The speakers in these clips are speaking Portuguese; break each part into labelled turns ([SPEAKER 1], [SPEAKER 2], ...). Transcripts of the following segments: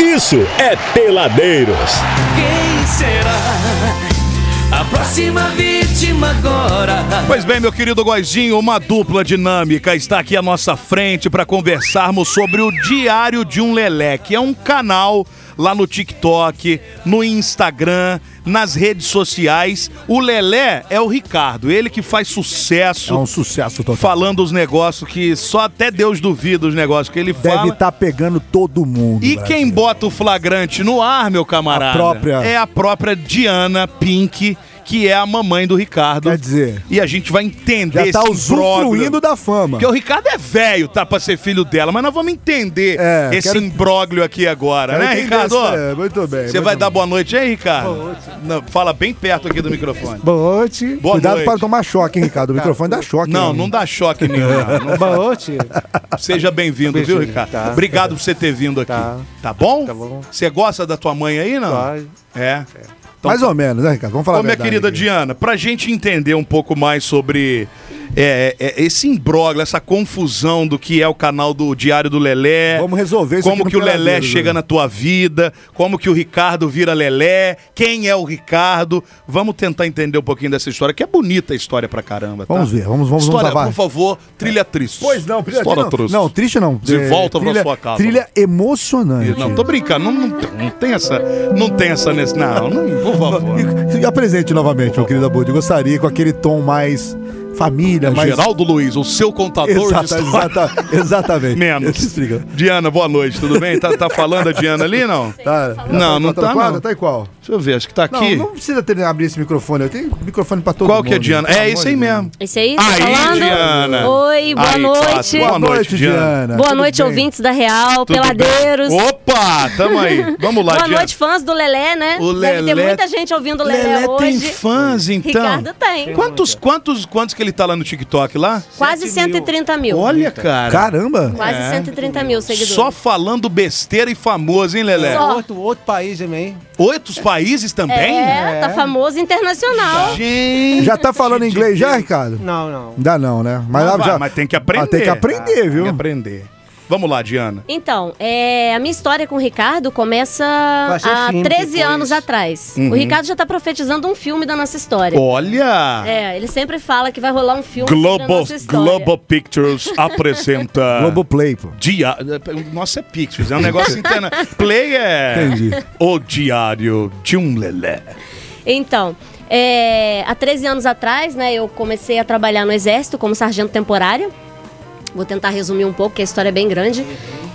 [SPEAKER 1] isso é Peladeiros.
[SPEAKER 2] Quem será a próxima vítima agora?
[SPEAKER 3] Pois bem, meu querido Goizinho, uma dupla dinâmica está aqui à nossa frente para conversarmos sobre o Diário de um Lelé, que é um canal lá no TikTok, no Instagram, nas redes sociais. O Lelé é o Ricardo, ele que faz
[SPEAKER 4] É
[SPEAKER 3] sucesso
[SPEAKER 4] um sucesso total.
[SPEAKER 3] falando os negócios que só até Deus duvida os negócios que ele
[SPEAKER 4] Deve
[SPEAKER 3] fala.
[SPEAKER 4] estar tá pegando todo mundo.
[SPEAKER 3] E
[SPEAKER 4] Brasil.
[SPEAKER 3] quem bota o flagrante no ar, meu camarada,
[SPEAKER 4] A própria-
[SPEAKER 3] é a própria Diana Pink, que é a mamãe do Ricardo.
[SPEAKER 4] Quer dizer,
[SPEAKER 3] E a gente vai entender
[SPEAKER 4] já tá
[SPEAKER 3] esse
[SPEAKER 4] usufruindo
[SPEAKER 3] imbróglio.
[SPEAKER 4] da fama.
[SPEAKER 3] Porque o Ricardo é velho, tá, pra ser filho dela, mas nós vamos entender
[SPEAKER 4] É,
[SPEAKER 3] esse
[SPEAKER 4] quero-
[SPEAKER 3] imbróglio aqui agora,
[SPEAKER 4] Quero
[SPEAKER 3] né,
[SPEAKER 4] entender
[SPEAKER 3] Ricardo?
[SPEAKER 4] essa- é, muito bem.
[SPEAKER 3] Você
[SPEAKER 4] muito
[SPEAKER 3] vai
[SPEAKER 4] bem.
[SPEAKER 3] dar boa noite aí, Ricardo? Não, fala bem perto aqui do microfone.
[SPEAKER 5] Boa noite.
[SPEAKER 3] Boa
[SPEAKER 4] Cuidado
[SPEAKER 3] noite. Tá.
[SPEAKER 4] para tomar choque, hein, Ricardo? O microfone dá choque.
[SPEAKER 3] Não,
[SPEAKER 4] hein?
[SPEAKER 3] não dá choque nenhum. não.
[SPEAKER 5] Boa noite.
[SPEAKER 3] Seja bem-vindo, viu,
[SPEAKER 5] Beijinho,
[SPEAKER 3] Ricardo?
[SPEAKER 5] tá.
[SPEAKER 3] Obrigado por você ter vindo aqui. Tá,
[SPEAKER 5] Tá.
[SPEAKER 3] bom?
[SPEAKER 5] Tá bom.
[SPEAKER 3] Você gosta da tua mãe aí, não?
[SPEAKER 5] Claro.
[SPEAKER 3] É. Então,
[SPEAKER 4] Mais ou menos, né, Ricardo? Vamos falar
[SPEAKER 3] Ô, minha
[SPEAKER 4] a verdade
[SPEAKER 3] querida
[SPEAKER 4] aqui.
[SPEAKER 3] Diana, pra gente entender um pouco mais sobre é, é, esse imbróglio, essa confusão do que é o canal do Diário do Lelé.
[SPEAKER 4] Vamos resolver isso
[SPEAKER 3] Como
[SPEAKER 4] aqui
[SPEAKER 3] que o
[SPEAKER 4] no
[SPEAKER 3] Lelé
[SPEAKER 4] Peladeiros,
[SPEAKER 3] chega
[SPEAKER 4] né?
[SPEAKER 3] na tua vida, como que o Ricardo vira Lelé, quem é o Ricardo. Vamos tentar entender um pouquinho dessa história, que é bonita a história pra caramba, tá?
[SPEAKER 4] Vamos ver, vamos- vamos- vamos
[SPEAKER 3] História,
[SPEAKER 4] avar.
[SPEAKER 3] por favor, trilha triste.
[SPEAKER 4] Pois não, trilha
[SPEAKER 3] História
[SPEAKER 4] não,
[SPEAKER 3] triste.
[SPEAKER 4] não, triste não. É,
[SPEAKER 3] De volta pra
[SPEAKER 4] trilha-
[SPEAKER 3] sua casa.
[SPEAKER 4] Trilha emocionante.
[SPEAKER 3] Não, tô brincando, não, não, não tem essa, não tem essa nesse, não, não, por favor.
[SPEAKER 4] E, e apresente novamente, meu querido Abud. Eu Gostaria com aquele tom mais família, mais.
[SPEAKER 3] Geraldo Luiz, o seu contador É de
[SPEAKER 4] Exata,
[SPEAKER 3] história.
[SPEAKER 4] exata, exatamente.
[SPEAKER 3] Menos.
[SPEAKER 4] Desliga.
[SPEAKER 3] Diana, boa noite, tudo bem? Tá, tá falando a Diana ali, não?
[SPEAKER 4] Tá,
[SPEAKER 3] Não, não tá,
[SPEAKER 4] quadro?
[SPEAKER 3] não.
[SPEAKER 4] Tá igual.
[SPEAKER 3] Deixa eu ver, acho que tá
[SPEAKER 4] Não,
[SPEAKER 3] aqui.
[SPEAKER 4] não precisa ter, abrir esse microfone. Eu tenho microfone pra todo
[SPEAKER 3] Qual
[SPEAKER 4] mundo.
[SPEAKER 3] que é, Diana?
[SPEAKER 4] Pelo
[SPEAKER 3] É
[SPEAKER 4] amor
[SPEAKER 3] isso
[SPEAKER 4] de
[SPEAKER 3] aí
[SPEAKER 4] Deus.
[SPEAKER 3] mesmo.
[SPEAKER 6] Isso aí, tá
[SPEAKER 3] Aí,
[SPEAKER 6] falando?
[SPEAKER 3] Diana.
[SPEAKER 6] Oi, boa
[SPEAKER 3] Aí, classe.
[SPEAKER 6] noite.
[SPEAKER 3] Boa
[SPEAKER 4] Boa
[SPEAKER 3] noite,
[SPEAKER 4] noite,
[SPEAKER 3] Diana.
[SPEAKER 4] Diana.
[SPEAKER 6] Boa
[SPEAKER 4] Tudo
[SPEAKER 6] noite,
[SPEAKER 4] bem?
[SPEAKER 6] ouvintes da Real,
[SPEAKER 3] Tudo bem?
[SPEAKER 6] peladeiros.
[SPEAKER 3] Opa, tamo aí. Vamos lá,
[SPEAKER 6] Boa
[SPEAKER 3] Diana.
[SPEAKER 6] noite, fãs do Lelé, né?
[SPEAKER 3] O
[SPEAKER 6] Deve
[SPEAKER 3] Lelé-
[SPEAKER 6] ter muita gente ouvindo o Lelé,
[SPEAKER 3] Lelé tem
[SPEAKER 6] hoje.
[SPEAKER 3] fãs, então.
[SPEAKER 6] Ricardo tem.
[SPEAKER 3] Quantos, quantos, quantos que ele tá lá no TikTok lá?
[SPEAKER 6] Quase 130 mil.
[SPEAKER 3] Olha, cara.
[SPEAKER 4] Caramba!
[SPEAKER 6] Quase 130 mil seguidores.
[SPEAKER 3] Só falando besteira e famoso, hein, Lelé?
[SPEAKER 6] Só.
[SPEAKER 5] Outro, outro país também.
[SPEAKER 3] Outros países também?
[SPEAKER 6] É, tá famoso internacional.
[SPEAKER 3] Gente.
[SPEAKER 4] Já tá falando inglês já, Ricardo?
[SPEAKER 5] Não, não.
[SPEAKER 4] Ainda não, né? Mas,
[SPEAKER 3] Não
[SPEAKER 4] lá
[SPEAKER 3] vai,
[SPEAKER 4] já-
[SPEAKER 3] mas tem que
[SPEAKER 4] Ah,
[SPEAKER 3] aprender.
[SPEAKER 4] Tem que aprender, viu?
[SPEAKER 3] Tem que aprender. Vamos lá, Diana.
[SPEAKER 6] Então, é, a minha história com o Ricardo começa
[SPEAKER 5] Vai ser
[SPEAKER 6] há
[SPEAKER 5] filme
[SPEAKER 6] 13
[SPEAKER 5] depois.
[SPEAKER 6] anos atrás.
[SPEAKER 3] Uhum.
[SPEAKER 6] O Ricardo já tá profetizando um filme da nossa história.
[SPEAKER 3] Olha!
[SPEAKER 6] É, ele sempre fala que vai rolar um filme sobre a
[SPEAKER 3] Globo,
[SPEAKER 6] nossa história.
[SPEAKER 3] Globo Pictures apresenta.
[SPEAKER 4] Globoplay, pô.
[SPEAKER 3] Dia... Nossa, é Pictures, é um negócio interno. Play é.
[SPEAKER 4] Entendi.
[SPEAKER 3] O Diário de um Lelé.
[SPEAKER 6] Então, é, há 13 anos atrás, né, eu comecei a trabalhar no Exército como sargento temporária. Vou tentar resumir um pouco, que a história é bem grande.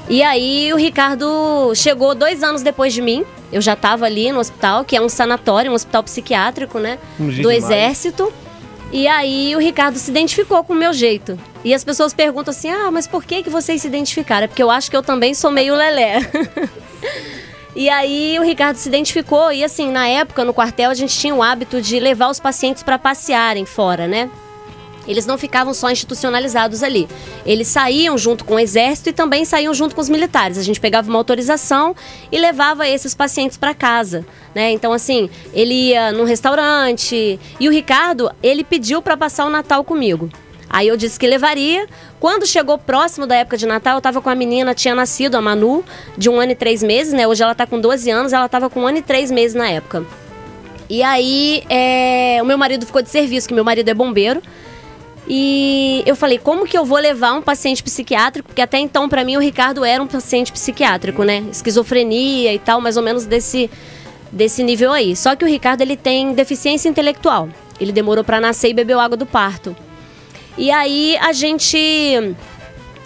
[SPEAKER 6] E aí o Ricardo chegou dois anos depois de mim. Eu já estava ali no hospital, que é um sanatório, um hospital psiquiátrico, né?
[SPEAKER 5] Um jeito
[SPEAKER 6] do
[SPEAKER 5] demais.
[SPEAKER 6] Exército. E aí o Ricardo se identificou com o meu jeito. E as pessoas perguntam assim: ah, mas por que, que vocês se identificaram? É porque eu acho que eu também sou meio lelé. E aí o Ricardo se identificou e assim, na época no quartel a gente tinha o hábito de levar os pacientes para passearem fora, né? Eles não ficavam só institucionalizados ali. Eles saíam junto com o exército e também saíam junto com os militares. A gente pegava uma autorização e levava esses pacientes para casa, né? Então assim, ele ia num restaurante e o Ricardo, ele pediu para passar o Natal comigo. Aí eu disse que levaria. Quando chegou próximo da época de Natal, eu tava com a menina, tinha nascido, a Manu, de um ano e três meses, né? Hoje ela tá com 12 anos, ela tava com um ano e três meses na época. E aí, é, o meu marido ficou de serviço, que meu marido é bombeiro. E eu falei, como que eu vou levar um paciente psiquiátrico? Porque até então, pra mim, o Ricardo era um paciente psiquiátrico, né? Esquizofrenia e tal, mais ou menos desse, desse nível aí. Só que o Ricardo, ele tem deficiência intelectual. Ele demorou pra nascer e bebeu água do parto. E aí, a gente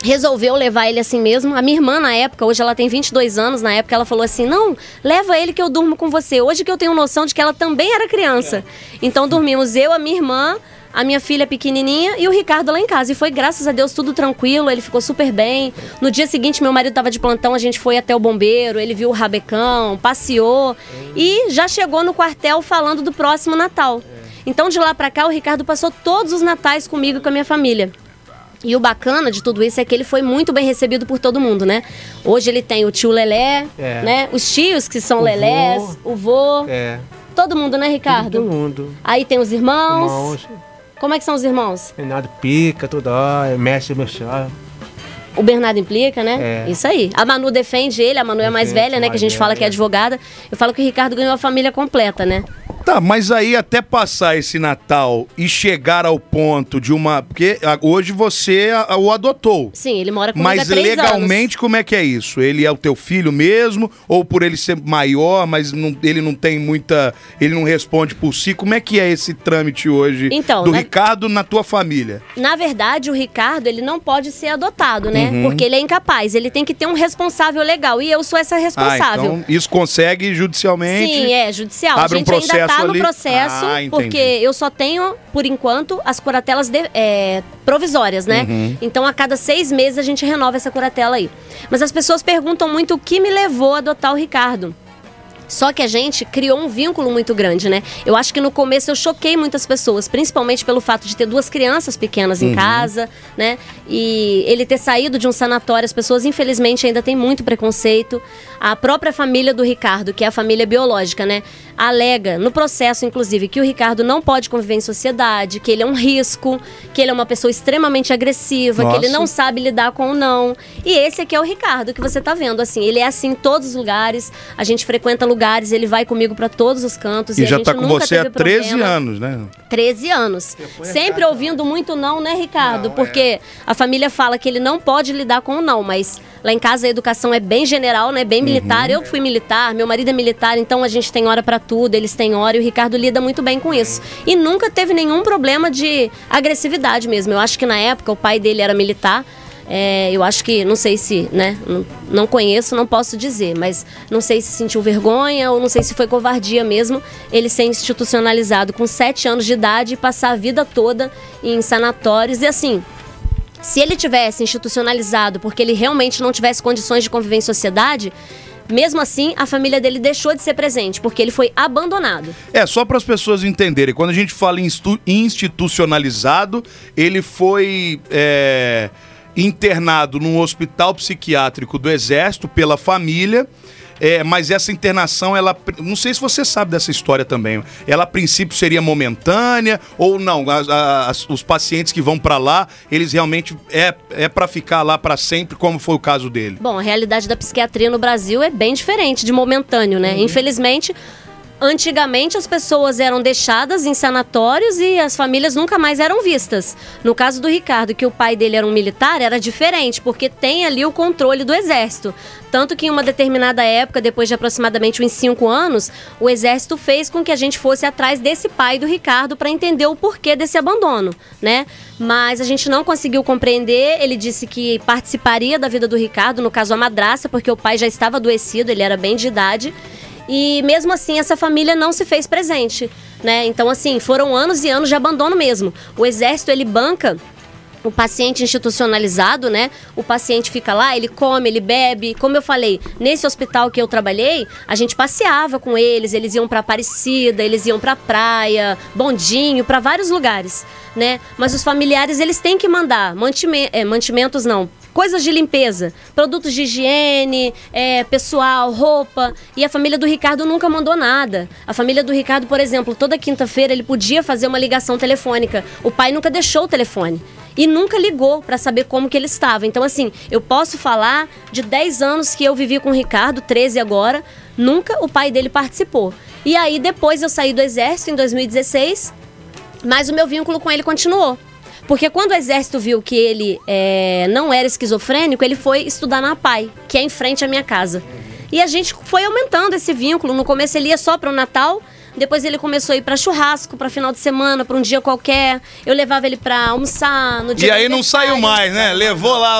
[SPEAKER 6] resolveu levar ele assim mesmo. A minha irmã, na época, hoje ela tem 22 anos, na época ela falou assim: não, leva ele que eu durmo com você. Hoje que eu tenho noção de que ela também era criança. Então dormimos eu, a minha irmã. A minha filha pequenininha e o Ricardo lá em casa. E foi, graças a Deus, tudo tranquilo, ele ficou super bem. No dia seguinte, meu marido estava de plantão, a gente foi até o bombeiro, ele viu o rabecão, passeou e já chegou no quartel falando do próximo Natal. Então, de lá pra cá, o Ricardo passou todos os natais comigo e com a minha família. E o bacana de tudo isso é que ele foi muito bem recebido por todo mundo, né? Hoje ele tem o tio Lelé,
[SPEAKER 5] É.
[SPEAKER 6] né? Os tios que são
[SPEAKER 5] O
[SPEAKER 6] Lelés,
[SPEAKER 5] vô.
[SPEAKER 6] o vô.
[SPEAKER 5] É.
[SPEAKER 6] Todo mundo, né, Ricardo?
[SPEAKER 5] Todo mundo.
[SPEAKER 6] Aí tem os irmãos.
[SPEAKER 5] Mãos.
[SPEAKER 6] Como é que são os irmãos?
[SPEAKER 5] Reinaldo pica toda hora, mexe meu chão.
[SPEAKER 6] o Bernardo implica, né? Isso aí. A Manu defende ele, a Manu é mais velha, né? Que a gente fala que é advogada. Eu falo que o Ricardo ganhou a família completa, né?
[SPEAKER 3] Tá, mas aí até passar esse Natal e chegar ao ponto de uma. Porque ah, hoje você a- o adotou.
[SPEAKER 6] Sim, ele mora comigo tá há
[SPEAKER 3] Mas
[SPEAKER 6] três
[SPEAKER 3] legalmente, como é que é isso? Ele é o teu filho mesmo? Ou por ele ser maior, mas não- ele não tem muita. Ele não responde por si? Como é que é esse trâmite hoje
[SPEAKER 6] Então,
[SPEAKER 3] do
[SPEAKER 6] na-
[SPEAKER 3] Ricardo na tua família?
[SPEAKER 6] anos. Na verdade, o Ricardo, ele não pode ser adotado, né? Porque ele é incapaz. Ele tem que ter um responsável legal. E eu sou essa
[SPEAKER 3] Ah,
[SPEAKER 6] responsável.
[SPEAKER 3] então isso consegue judicialmente.
[SPEAKER 6] Sim, é, judicial.
[SPEAKER 3] Abre
[SPEAKER 6] a
[SPEAKER 3] um
[SPEAKER 6] gente ainda
[SPEAKER 3] processo
[SPEAKER 6] tá no
[SPEAKER 3] ali.
[SPEAKER 6] processo,
[SPEAKER 3] Ah, entendi.
[SPEAKER 6] porque eu só tenho, por enquanto, as curatelas de- é, provisórias, né?
[SPEAKER 3] Uhum.
[SPEAKER 6] Então, a cada seis meses, a gente renova essa curatela aí. Mas as pessoas perguntam muito o que me levou a adotar o Ricardo. Só que a gente criou um vínculo muito grande, né? Eu acho que no começo eu choquei muitas pessoas, principalmente pelo fato de ter duas crianças pequenas em casa, né? E ele ter saído de um sanatório, as pessoas infelizmente ainda têm muito preconceito. A própria família do Ricardo, que é a família biológica, né? Alega, no processo inclusive, que o Ricardo não pode conviver em sociedade, que ele é um risco, que ele é uma pessoa extremamente agressiva, que ele
[SPEAKER 3] Nossa.
[SPEAKER 6] não sabe lidar com o não. E esse aqui é o Ricardo que você tá vendo, assim, ele é assim em todos os lugares, a gente frequenta lugares, ele vai comigo para todos os cantos
[SPEAKER 3] E
[SPEAKER 6] a
[SPEAKER 3] já
[SPEAKER 6] gente
[SPEAKER 3] tá com
[SPEAKER 6] nunca
[SPEAKER 3] você há
[SPEAKER 6] teve
[SPEAKER 3] 13
[SPEAKER 6] problema.
[SPEAKER 3] anos, né?
[SPEAKER 6] 13 anos. Sempre ouvindo muito não, né, Ricardo? Porque a família fala que ele não pode lidar com o não, mas lá em casa a educação é bem general, né?
[SPEAKER 3] Uhum.
[SPEAKER 6] Bem militar. Eu fui militar, meu marido é militar, então a gente tem hora pra tudo, eles têm hora e o Ricardo lida muito bem com isso. E nunca teve nenhum problema de agressividade mesmo. Eu acho que na época o pai dele era militar. é, eu acho que, não sei se, né? não- Não conheço, não posso dizer, mas não sei se sentiu vergonha ou não sei se foi covardia mesmo ele ser institucionalizado com 7 anos de idade e passar a vida toda em sanatórios. E assim, se ele tivesse institucionalizado porque ele realmente não tivesse condições de conviver em sociedade, mesmo assim a família dele deixou de ser presente, porque ele foi abandonado.
[SPEAKER 3] É, só para as pessoas entenderem, quando a gente fala em instu- institucionalizado, ele foi é, internado num hospital psiquiátrico do Exército pela família. é, mas essa internação, ela. Não sei se você sabe dessa história também. Ela a princípio seria momentânea ou não? As- as- os pacientes que vão para lá, eles realmente é, é para ficar lá para sempre, como foi o caso dele.
[SPEAKER 6] Bom, a realidade da psiquiatria no Brasil é bem diferente de momentâneo, né? Infelizmente, antigamente as pessoas eram deixadas em sanatórios e as famílias nunca mais eram vistas. No caso do Ricardo, que o pai dele era um militar, era diferente, porque tem ali o controle do exército. Tanto que em uma determinada época, depois de aproximadamente uns cinco anos, o exército fez com que a gente fosse atrás desse pai do Ricardo para entender o porquê desse abandono, né? Mas a gente não conseguiu compreender. Ele disse que participaria da vida do Ricardo, no caso a madraça, porque o pai já estava adoecido, ele era bem de idade. E mesmo assim, essa família não se fez presente, né? Então, assim, foram anos e anos de abandono mesmo. O exército, ele banca o paciente institucionalizado, né? O paciente fica lá, ele come, ele bebe. Como eu falei, nesse hospital que eu trabalhei, a gente passeava com eles, eles iam para Aparecida, eles iam para praia, Bondinho, para vários lugares, né? Mas os familiares, eles têm que mandar mantime- é, mantimentos não, coisas de limpeza, produtos de higiene, é, pessoal, roupa. E a família do Ricardo nunca mandou nada. A família do Ricardo, por exemplo, toda quinta-feira ele podia fazer uma ligação telefônica. O pai nunca deixou o telefone. E nunca ligou para saber como que ele estava. Então, assim, eu posso falar de 10 anos que eu vivi com o Ricardo, 13 agora, nunca o pai dele participou. E aí, depois eu saí do exército em 2016, mas o meu vínculo com ele continuou. Porque quando o exército viu que ele eh, não era esquizofrênico, ele foi estudar na PAI, que é em frente à minha casa. E a gente foi aumentando esse vínculo. No começo ele ia só para o Natal, depois ele começou a ir para churrasco, para final de semana, para um dia qualquer. Eu levava ele para almoçar no dia
[SPEAKER 3] E
[SPEAKER 6] do
[SPEAKER 3] aí não
[SPEAKER 6] aniversário.
[SPEAKER 3] saiu mais, né? Levou lá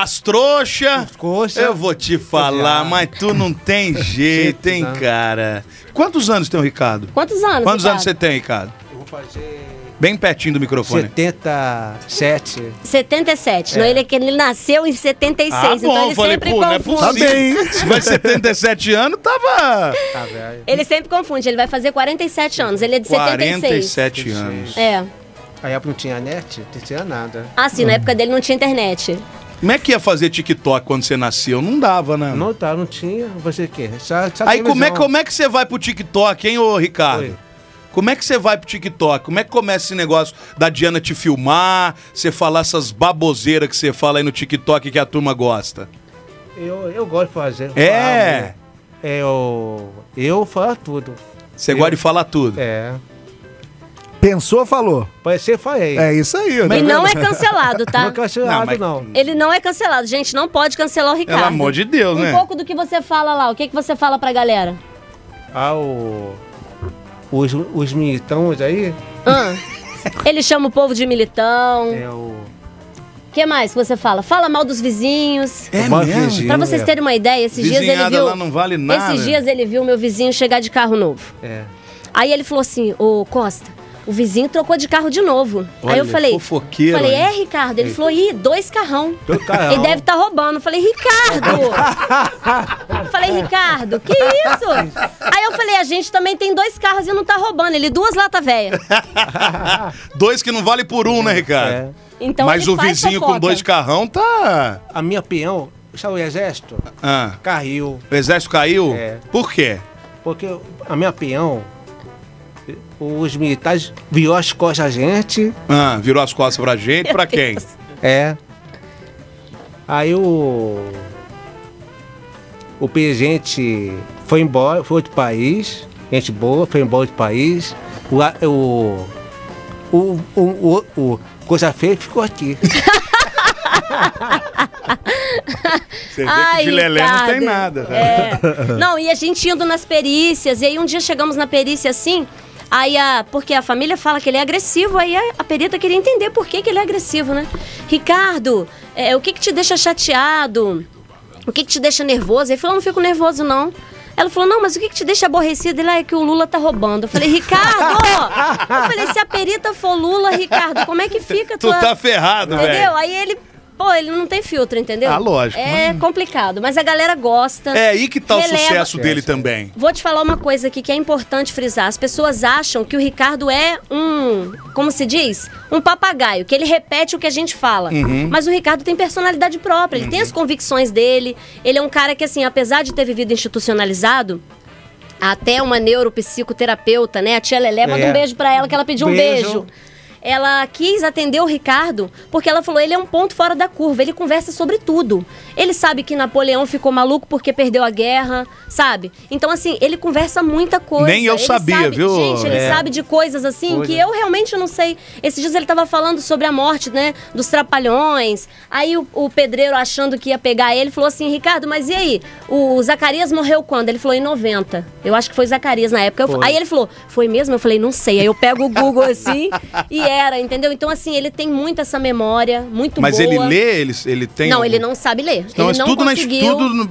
[SPEAKER 3] a- as trouxas.
[SPEAKER 5] trouxa.
[SPEAKER 3] Eu vou te falar,
[SPEAKER 5] Copiado.
[SPEAKER 3] mas tu não tem jeito, hein,
[SPEAKER 5] não.
[SPEAKER 3] cara? Quantos anos tem o Ricardo?
[SPEAKER 6] Quantos anos?
[SPEAKER 3] Quantos anos você
[SPEAKER 6] Ricardo?
[SPEAKER 3] tem, Ricardo?
[SPEAKER 5] Eu vou fazer
[SPEAKER 3] Bem pertinho do microfone.
[SPEAKER 5] 77.
[SPEAKER 6] 77. Não,
[SPEAKER 5] É.
[SPEAKER 6] ele, é que ele nasceu em 76,
[SPEAKER 3] Ah,
[SPEAKER 6] então
[SPEAKER 3] bom,
[SPEAKER 6] ele
[SPEAKER 3] falei,
[SPEAKER 6] sempre
[SPEAKER 3] pô, não é
[SPEAKER 6] confunde.
[SPEAKER 4] Tá
[SPEAKER 3] possível.
[SPEAKER 4] bem.
[SPEAKER 3] Se vai 77 anos, tava.
[SPEAKER 5] Tá velho.
[SPEAKER 6] Ele sempre confunde, ele vai fazer 47 anos, ele é de 76.
[SPEAKER 3] 47 anos.
[SPEAKER 6] É.
[SPEAKER 5] A época não tinha net? Não tinha nada.
[SPEAKER 6] Assim,
[SPEAKER 3] Ah.
[SPEAKER 6] na época dele não tinha internet.
[SPEAKER 3] Como é que ia fazer TikTok quando você nasceu? Não dava, né?
[SPEAKER 5] Não tá, não tinha. Você o quê? Só, só
[SPEAKER 3] Aí
[SPEAKER 5] televisão.
[SPEAKER 3] é como é, como é que você vai pro TikTok, hein, ô Ricardo?
[SPEAKER 5] Oi.
[SPEAKER 3] Como é que você vai pro TikTok? Como é que começa esse negócio da Diana te filmar, você falar essas baboseiras que você fala aí no TikTok que a turma gosta?
[SPEAKER 5] Eu, eu gosto de fazer.
[SPEAKER 3] É.
[SPEAKER 5] falo, né? Eu, eu falo tudo.
[SPEAKER 3] Você
[SPEAKER 5] Eu-
[SPEAKER 3] gosta de falar tudo.
[SPEAKER 5] É.
[SPEAKER 4] Pensou, falou.
[SPEAKER 5] Parecer falei.
[SPEAKER 4] É isso aí. né?
[SPEAKER 6] E não é cancelado, tá?
[SPEAKER 5] Não cancelado,
[SPEAKER 3] Tá Não, mas-
[SPEAKER 5] não.
[SPEAKER 6] Ele não é cancelado, gente. Não pode cancelar o Ricardo.
[SPEAKER 3] Pelo amor de Deus,
[SPEAKER 6] Um
[SPEAKER 3] né?
[SPEAKER 6] pouco do que você fala lá. O que, que você fala pra galera?
[SPEAKER 5] Ah, o- os, os militões aí,
[SPEAKER 6] Hã? Ele chama o povo de militão.
[SPEAKER 5] é o.
[SPEAKER 6] O que mais que você fala? Fala mal dos vizinhos.
[SPEAKER 3] É
[SPEAKER 5] Uma
[SPEAKER 3] mesmo?
[SPEAKER 5] virgem,
[SPEAKER 6] Pra vocês
[SPEAKER 5] é.
[SPEAKER 6] terem uma ideia, esses dias ele
[SPEAKER 3] Vizinhada
[SPEAKER 6] viu...
[SPEAKER 3] lá não vale nada.
[SPEAKER 6] Esses dias ele viu meu vizinho chegar de carro novo.
[SPEAKER 5] É.
[SPEAKER 6] Aí ele falou assim, ô Costa, o vizinho trocou de carro de novo. Aí eu
[SPEAKER 3] Olha,
[SPEAKER 6] falei,
[SPEAKER 3] fofoqueiro,
[SPEAKER 6] falei,
[SPEAKER 3] hein?
[SPEAKER 6] é Ricardo? Ele falou, ih, dois carrão.
[SPEAKER 5] Dois carrão.
[SPEAKER 6] Ele deve estar roubando. Eu falei, Ricardo! Eu falei, Ricardo, que isso? Aí eu falei, a gente também tem dois carros e não tá roubando. Ele, duas lata velha.
[SPEAKER 3] Dois que não vale por um, né,
[SPEAKER 5] É.
[SPEAKER 3] Ricardo?
[SPEAKER 6] Então
[SPEAKER 3] Mas
[SPEAKER 6] ele
[SPEAKER 3] o
[SPEAKER 6] faz
[SPEAKER 3] vizinho
[SPEAKER 6] fofoca.
[SPEAKER 3] com dois carrão tá.
[SPEAKER 5] A minha opinião, sabe o exército?
[SPEAKER 3] Ah,
[SPEAKER 5] Carril.
[SPEAKER 3] o exército caiu?
[SPEAKER 5] É.
[SPEAKER 3] Por quê?
[SPEAKER 5] Porque a minha opinião, os militares virou as costas a gente.
[SPEAKER 3] Ah, virou as costas pra gente, pra quem?
[SPEAKER 5] É. Aí o. O presidente foi embora, foi outro país. Gente boa, foi embora outro país. O. a- O. O. o, o, o coisa feia ficou aqui.
[SPEAKER 3] Você
[SPEAKER 6] Ai, Ricardo.
[SPEAKER 3] né?
[SPEAKER 6] É. Não, e a gente indo nas perícias, e aí um dia chegamos na perícia assim, aí a. Porque a família fala que ele é agressivo, aí a, a perita queria entender por que, que ele é agressivo, né? Ricardo, é, o que, que te deixa chateado? O que, que te deixa nervoso? Ele falou, eu não fico nervoso, não. Ela falou, não, mas o que, que te deixa aborrecido? Ele, ah, é que o Lula tá roubando. Eu falei, Ricardo! eu falei, se a perita for Lula, Ricardo, como é que fica a
[SPEAKER 3] Tu
[SPEAKER 6] tua...
[SPEAKER 3] tá ferrado,
[SPEAKER 6] Entendeu?
[SPEAKER 3] velho.
[SPEAKER 6] Aí ele. Pô, ele não tem filtro, entendeu?
[SPEAKER 3] Ah, lógico,
[SPEAKER 6] É complicado, mas a galera gosta.
[SPEAKER 3] É aí que tá o
[SPEAKER 6] releva.
[SPEAKER 3] sucesso dele também.
[SPEAKER 6] Vou te falar uma coisa aqui que é importante frisar. As pessoas acham que o Ricardo é um. Como se diz? Um papagaio, que ele repete o que a gente fala.
[SPEAKER 3] Uhum.
[SPEAKER 6] Mas o Ricardo tem personalidade própria, ele tem as convicções dele. Ele é um cara que, assim, apesar de ter vivido institucionalizado. Até uma neuropsicoterapeuta, né? A tia Lelé, manda
[SPEAKER 5] É.
[SPEAKER 6] um beijo pra ela, que ela pediu
[SPEAKER 5] Beijo.
[SPEAKER 6] um beijo. Ela quis atender o Ricardo porque ela falou: ele é um ponto fora da curva, ele conversa sobre tudo. Ele sabe que Napoleão ficou maluco porque perdeu a guerra, sabe? Então, assim, ele conversa muita coisa.
[SPEAKER 3] Nem eu
[SPEAKER 6] Ele
[SPEAKER 3] sabia,
[SPEAKER 6] sabe-
[SPEAKER 3] viu?
[SPEAKER 6] Gente, ele
[SPEAKER 5] É.
[SPEAKER 6] sabe de coisas assim
[SPEAKER 5] Coisa.
[SPEAKER 6] que eu realmente não sei. Esses dias ele tava falando sobre a morte, né? Dos trapalhões. Aí o, o pedreiro, achando que ia pegar ele, falou assim: Ricardo, mas e aí? O, Zacarias morreu quando? Ele falou: em 90. Eu acho que foi o Zacarias na época. Eu-
[SPEAKER 5] Foi.
[SPEAKER 6] aí ele falou: foi mesmo? Eu falei: não sei. Aí eu pego o Google assim e era, entendeu? Então, assim, ele tem muito essa memória, muito
[SPEAKER 3] Mas
[SPEAKER 6] boa.
[SPEAKER 3] ele lê, ele, ele tem.
[SPEAKER 6] Não,
[SPEAKER 3] um-
[SPEAKER 6] ele não sabe ler.
[SPEAKER 3] Então,
[SPEAKER 6] ele
[SPEAKER 3] isso
[SPEAKER 6] não
[SPEAKER 3] tudo, na-
[SPEAKER 6] conseguiu.
[SPEAKER 3] tudo no-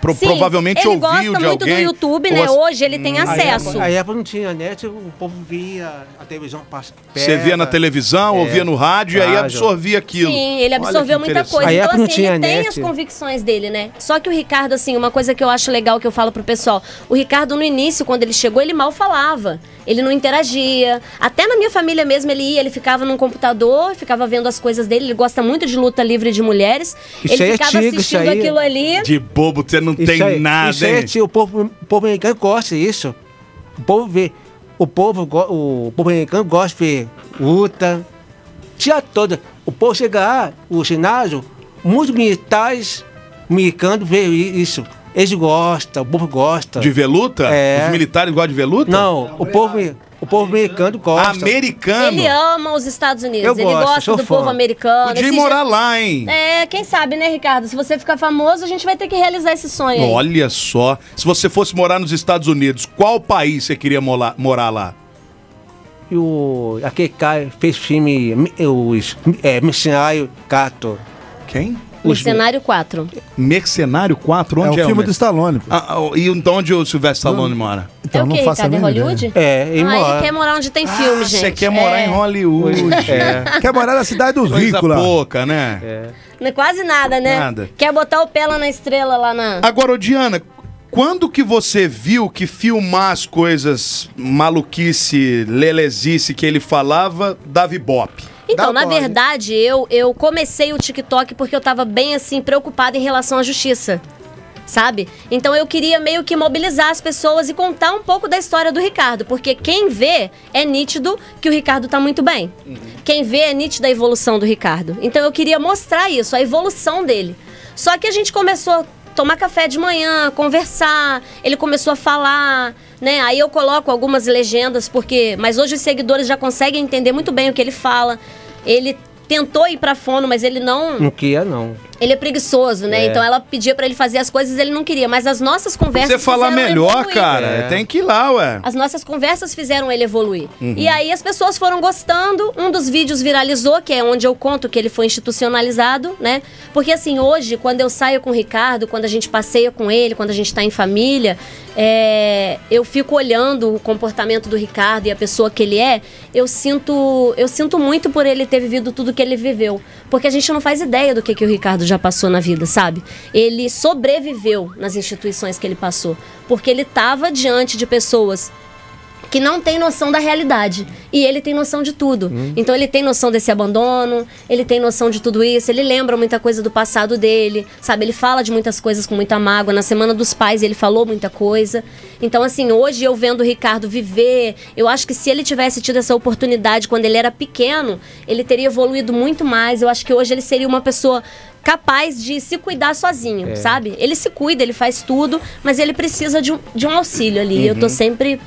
[SPEAKER 3] pro-
[SPEAKER 6] Sim,
[SPEAKER 3] provavelmente
[SPEAKER 6] ele
[SPEAKER 3] ouviu
[SPEAKER 6] gosta
[SPEAKER 3] de
[SPEAKER 6] muito
[SPEAKER 3] alguém.
[SPEAKER 6] do YouTube, né?
[SPEAKER 3] Ou as- Hum, é
[SPEAKER 6] Hoje ele tem acesso.
[SPEAKER 5] A época não tinha net, o povo via, a televisão passa.
[SPEAKER 3] Você via na televisão,
[SPEAKER 5] É.
[SPEAKER 3] ouvia no rádio e aí
[SPEAKER 5] Rádio.
[SPEAKER 3] absorvia aquilo.
[SPEAKER 6] Sim, ele
[SPEAKER 3] Olha
[SPEAKER 6] absorveu
[SPEAKER 3] que
[SPEAKER 6] muita
[SPEAKER 3] interessante.
[SPEAKER 6] coisa.
[SPEAKER 5] Aí é
[SPEAKER 6] Então,
[SPEAKER 5] que não
[SPEAKER 6] assim, ele
[SPEAKER 5] tinha
[SPEAKER 6] tem
[SPEAKER 5] net.
[SPEAKER 6] as convicções dele, né? Só que o Ricardo, assim, uma coisa que eu acho legal que eu falo pro pessoal: o Ricardo, no início, quando ele chegou, ele mal falava. Ele não interagia. Até na minha família mesmo, ele ia, ele ficava num computador, ficava vendo as coisas dele. Ele gosta muito de luta livre de mulheres.
[SPEAKER 5] Isso aí
[SPEAKER 6] ele
[SPEAKER 5] é
[SPEAKER 6] ficava
[SPEAKER 5] antigo, isso
[SPEAKER 6] assistindo
[SPEAKER 5] aí. é
[SPEAKER 6] aquilo ali.
[SPEAKER 3] De bobo, você não
[SPEAKER 5] Isso
[SPEAKER 3] tem
[SPEAKER 5] aí-
[SPEAKER 3] nada,
[SPEAKER 5] isso aí, é
[SPEAKER 3] hein?
[SPEAKER 5] tio, o povo, o povo americano gosta disso. O povo vê. O povo, go- o povo americano gosta de ver luta. Tia toda. O povo chega lá, o ginásio, muitos militares americanos vê i- isso. Eles gostam, o povo gosta.
[SPEAKER 3] De veluta?
[SPEAKER 5] É.
[SPEAKER 3] Os militares gostam de veluta?
[SPEAKER 5] Não, o povo, o povo americano gosta.
[SPEAKER 3] Americano.
[SPEAKER 6] Ele ama os Estados Unidos,
[SPEAKER 5] Eu
[SPEAKER 6] ele
[SPEAKER 5] gosto,
[SPEAKER 6] gosta
[SPEAKER 5] sou
[SPEAKER 6] do
[SPEAKER 5] fã.
[SPEAKER 6] povo americano.
[SPEAKER 3] Podia ir
[SPEAKER 6] Esses
[SPEAKER 3] morar lá, hein?
[SPEAKER 6] É, quem sabe, né, Ricardo? Se você ficar famoso, a gente vai ter que realizar esse sonho. aí.
[SPEAKER 3] Olha só. Se você fosse morar nos Estados Unidos, qual país você queria mola- morar lá?
[SPEAKER 5] E o, aquele cara fez filme, mi- os é, Missionário Cato.
[SPEAKER 3] Quem?
[SPEAKER 6] O cenário 4.
[SPEAKER 3] Mercenário 4?
[SPEAKER 4] É o
[SPEAKER 3] Onde é,
[SPEAKER 4] filme
[SPEAKER 3] o
[SPEAKER 4] do
[SPEAKER 3] Merc-
[SPEAKER 4] Stallone. pô.
[SPEAKER 3] Ah, ah, e onde o Sylvester Stallone mora?
[SPEAKER 6] é
[SPEAKER 4] Então
[SPEAKER 6] o
[SPEAKER 4] não
[SPEAKER 6] que,
[SPEAKER 4] faço a
[SPEAKER 6] Ricardo? É
[SPEAKER 4] mínima
[SPEAKER 6] Hollywood?
[SPEAKER 5] É, ele
[SPEAKER 6] ah,
[SPEAKER 5] mora.
[SPEAKER 6] ele quer morar onde tem filme, gente.
[SPEAKER 3] Ah, Você quer morar
[SPEAKER 6] É.
[SPEAKER 3] em Hollywood.
[SPEAKER 5] É.
[SPEAKER 4] Quer morar na cidade dos
[SPEAKER 3] Coisa
[SPEAKER 4] ricos lá.
[SPEAKER 3] pouca, né?
[SPEAKER 6] Não é Quase nada, né?
[SPEAKER 3] Nada. Ah,
[SPEAKER 6] Quer botar o pé lá na estrela, lá na...
[SPEAKER 3] Agora, ô Diana, quando que você viu que filmar as coisas maluquice, lelezice que ele falava, dava ibope?
[SPEAKER 6] Então,
[SPEAKER 5] Dá
[SPEAKER 6] na
[SPEAKER 5] bola.
[SPEAKER 6] verdade, eu, eu comecei o TikTok porque eu tava bem, assim, preocupada em relação à justiça. sabe? Então eu queria meio que mobilizar as pessoas e contar um pouco da história do Ricardo, porque quem vê é nítido que o Ricardo tá muito bem. Quem vê é nítida a evolução do Ricardo. Então eu queria mostrar isso, a evolução dele. Só que a gente começou a tomar café de manhã, conversar, ele começou a falar, né? Aí eu coloco algumas legendas porque, mas hoje os seguidores já conseguem entender muito bem o que ele fala. Ele tentou ir pra fono, mas ele não
[SPEAKER 5] Não queria, não.
[SPEAKER 6] ele é preguiçoso, né? Então ela pedia pra ele fazer as coisas, ele não queria. Mas as nossas conversas.
[SPEAKER 3] Você falar
[SPEAKER 6] fizeram
[SPEAKER 3] melhor,
[SPEAKER 6] evoluir.
[SPEAKER 3] cara, tem que ir lá, ué.
[SPEAKER 6] As nossas conversas fizeram ele evoluir. E aí as pessoas foram gostando. Um dos vídeos viralizou, que é onde eu conto que ele foi institucionalizado, né? Porque assim, hoje, quando eu saio com o Ricardo, quando a gente passeia com ele, quando a gente tá em família, é, eu fico olhando o comportamento do Ricardo e a pessoa que ele é. Eu sinto, eu sinto muito por ele ter vivido tudo que ele viveu. Porque a gente não faz ideia do que, que o Ricardo já passou na vida, sabe? Ele sobreviveu nas instituições que ele passou. Porque ele estava diante de pessoas que não tem noção da realidade. E ele tem noção de tudo. Então ele tem noção desse abandono, ele tem noção de tudo isso, ele lembra muita coisa do passado dele, sabe? Ele fala de muitas coisas com muita mágoa. Na Semana dos Pais ele falou muita coisa. Então, assim, hoje eu vendo o Ricardo viver, eu acho que se ele tivesse tido essa oportunidade quando ele era pequeno, ele teria evoluído muito mais. Eu acho que hoje ele seria uma pessoa capaz de se cuidar sozinho, sabe? Ele se cuida, ele faz tudo, mas ele precisa de um, de um auxílio ali. E Eu tô sempre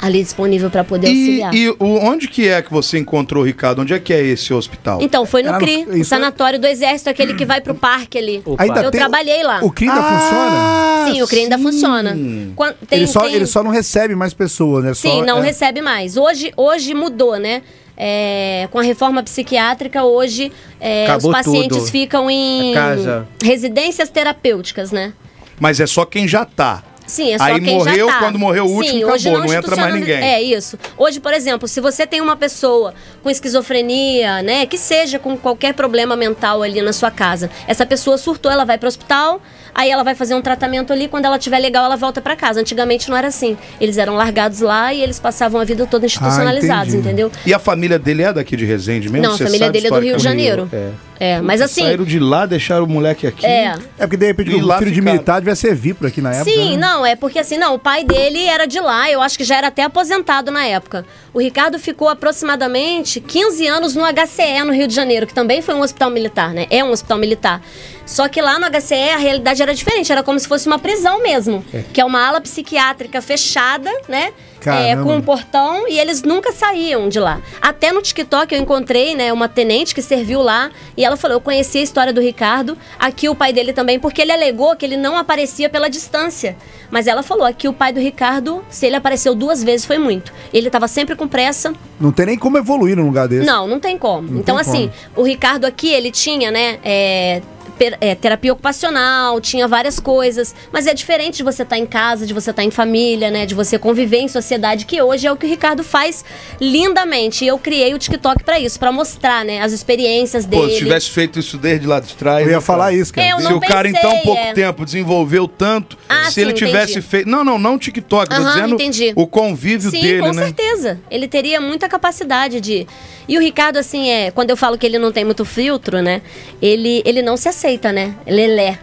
[SPEAKER 6] ali disponível para poder
[SPEAKER 3] E,
[SPEAKER 6] auxiliar.
[SPEAKER 3] e o- onde que é que você encontrou o Ricardo? Onde é que é esse hospital?
[SPEAKER 6] Então, foi no
[SPEAKER 4] Era no-
[SPEAKER 6] CRI, o
[SPEAKER 4] isso é-
[SPEAKER 6] sanatório do exército, aquele que vai pro parque ali.
[SPEAKER 5] Opa. Ainda
[SPEAKER 6] eu
[SPEAKER 4] tem-
[SPEAKER 6] trabalhei lá.
[SPEAKER 4] O CRI ainda funciona?
[SPEAKER 6] Sim, o CRI ainda funciona. Quan- tem-
[SPEAKER 4] ele, só,
[SPEAKER 6] tem-
[SPEAKER 4] ele só não recebe mais pessoas, né? Só-
[SPEAKER 6] Sim, não
[SPEAKER 4] é.
[SPEAKER 6] recebe mais. Hoje, hoje mudou, né? É, com a reforma psiquiátrica, hoje é, os
[SPEAKER 5] Acabou
[SPEAKER 6] pacientes
[SPEAKER 5] tudo.
[SPEAKER 6] ficam em
[SPEAKER 5] A casa.
[SPEAKER 6] residências terapêuticas, né?
[SPEAKER 3] Mas é só quem já tá.
[SPEAKER 6] Sim, é só
[SPEAKER 3] Aí
[SPEAKER 6] quem
[SPEAKER 3] morreu,
[SPEAKER 6] já tá.
[SPEAKER 3] quando morreu o último,
[SPEAKER 6] Sim,
[SPEAKER 3] acabou,
[SPEAKER 6] hoje
[SPEAKER 3] não entra mais
[SPEAKER 6] institucionaliza-
[SPEAKER 3] ninguém.
[SPEAKER 6] É isso. Hoje, por exemplo, se você tem uma pessoa com esquizofrenia, né, que seja com qualquer problema mental ali na sua casa, essa pessoa surtou, ela vai pro hospital, aí ela vai fazer um tratamento ali, quando ela tiver legal, ela volta pra casa. Antigamente não era assim. Eles eram largados lá e eles passavam a vida
[SPEAKER 3] Ah,
[SPEAKER 6] toda institucionalizados,
[SPEAKER 4] entendi.
[SPEAKER 6] entendeu?
[SPEAKER 3] E a família dele é daqui de Resende mesmo?
[SPEAKER 6] não, a
[SPEAKER 3] Você
[SPEAKER 6] família
[SPEAKER 3] sabe
[SPEAKER 6] dele é do Rio de
[SPEAKER 3] historicamente?
[SPEAKER 6] Janeiro. É, mas
[SPEAKER 3] Eles
[SPEAKER 6] assim,
[SPEAKER 3] Saíram de lá, deixaram o moleque aqui.
[SPEAKER 6] é,
[SPEAKER 4] É porque de repente
[SPEAKER 3] E
[SPEAKER 4] o filho
[SPEAKER 3] lá
[SPEAKER 4] de
[SPEAKER 3] ficaram.
[SPEAKER 4] militar devia ser VIP aqui na época.
[SPEAKER 6] Sim,
[SPEAKER 4] né?
[SPEAKER 6] não, é porque assim, não, o pai dele era de lá, eu acho que já era até aposentado na época. O Ricardo ficou aproximadamente 15 anos no HCE no Rio de Janeiro, que também foi um hospital militar, né? É um hospital militar. Só que lá no HCE a realidade era diferente, era como se fosse uma prisão mesmo, que é uma ala psiquiátrica fechada, né? É,
[SPEAKER 4] Caramba.
[SPEAKER 6] com um portão e eles nunca saíam de lá. Até no TikTok eu encontrei, né, uma tenente que serviu lá e ela falou: "Eu conheci a história do Ricardo, aqui o pai dele também, porque ele alegou que ele não aparecia pela distância". Mas ela falou: "Aqui o pai do Ricardo, se ele apareceu duas vezes foi muito. Ele estava sempre com pressa,
[SPEAKER 4] Não tem nem como evoluir num lugar desse.
[SPEAKER 6] não, não tem como. então,
[SPEAKER 4] tem
[SPEAKER 6] assim, o Ricardo aqui, ele tinha, né? é, per- é, terapia ocupacional, tinha várias coisas, mas é diferente de você estar em casa, de você estar em família, né? De você conviver em sociedade, que hoje é o que o Ricardo faz lindamente. E eu criei o TikTok pra isso, pra mostrar, né? As experiências
[SPEAKER 3] Pô,
[SPEAKER 6] dele.
[SPEAKER 3] se tivesse feito isso desde lá de trás.
[SPEAKER 4] Eu ia
[SPEAKER 3] né,
[SPEAKER 4] falar
[SPEAKER 3] cara?
[SPEAKER 4] isso, cara.
[SPEAKER 6] Eu
[SPEAKER 3] se
[SPEAKER 6] não
[SPEAKER 3] o cara em tão
[SPEAKER 6] pensei,
[SPEAKER 3] pouco
[SPEAKER 6] é.
[SPEAKER 3] tempo desenvolveu tanto,
[SPEAKER 6] Ah,
[SPEAKER 3] se ele
[SPEAKER 6] sim,
[SPEAKER 3] tivesse
[SPEAKER 6] entendi.
[SPEAKER 3] feito. Não, não, não TikTok, tô
[SPEAKER 6] Aham,
[SPEAKER 3] dizendo
[SPEAKER 6] entendi.
[SPEAKER 3] o convívio
[SPEAKER 6] Sim,
[SPEAKER 3] dele,
[SPEAKER 6] com
[SPEAKER 3] né?
[SPEAKER 6] certeza. Ele teria muita capacidade de. E o Ricardo, assim, é. Quando eu falo que ele não tem muito filtro, né? Ele, ele não se aceita, né? Lelé.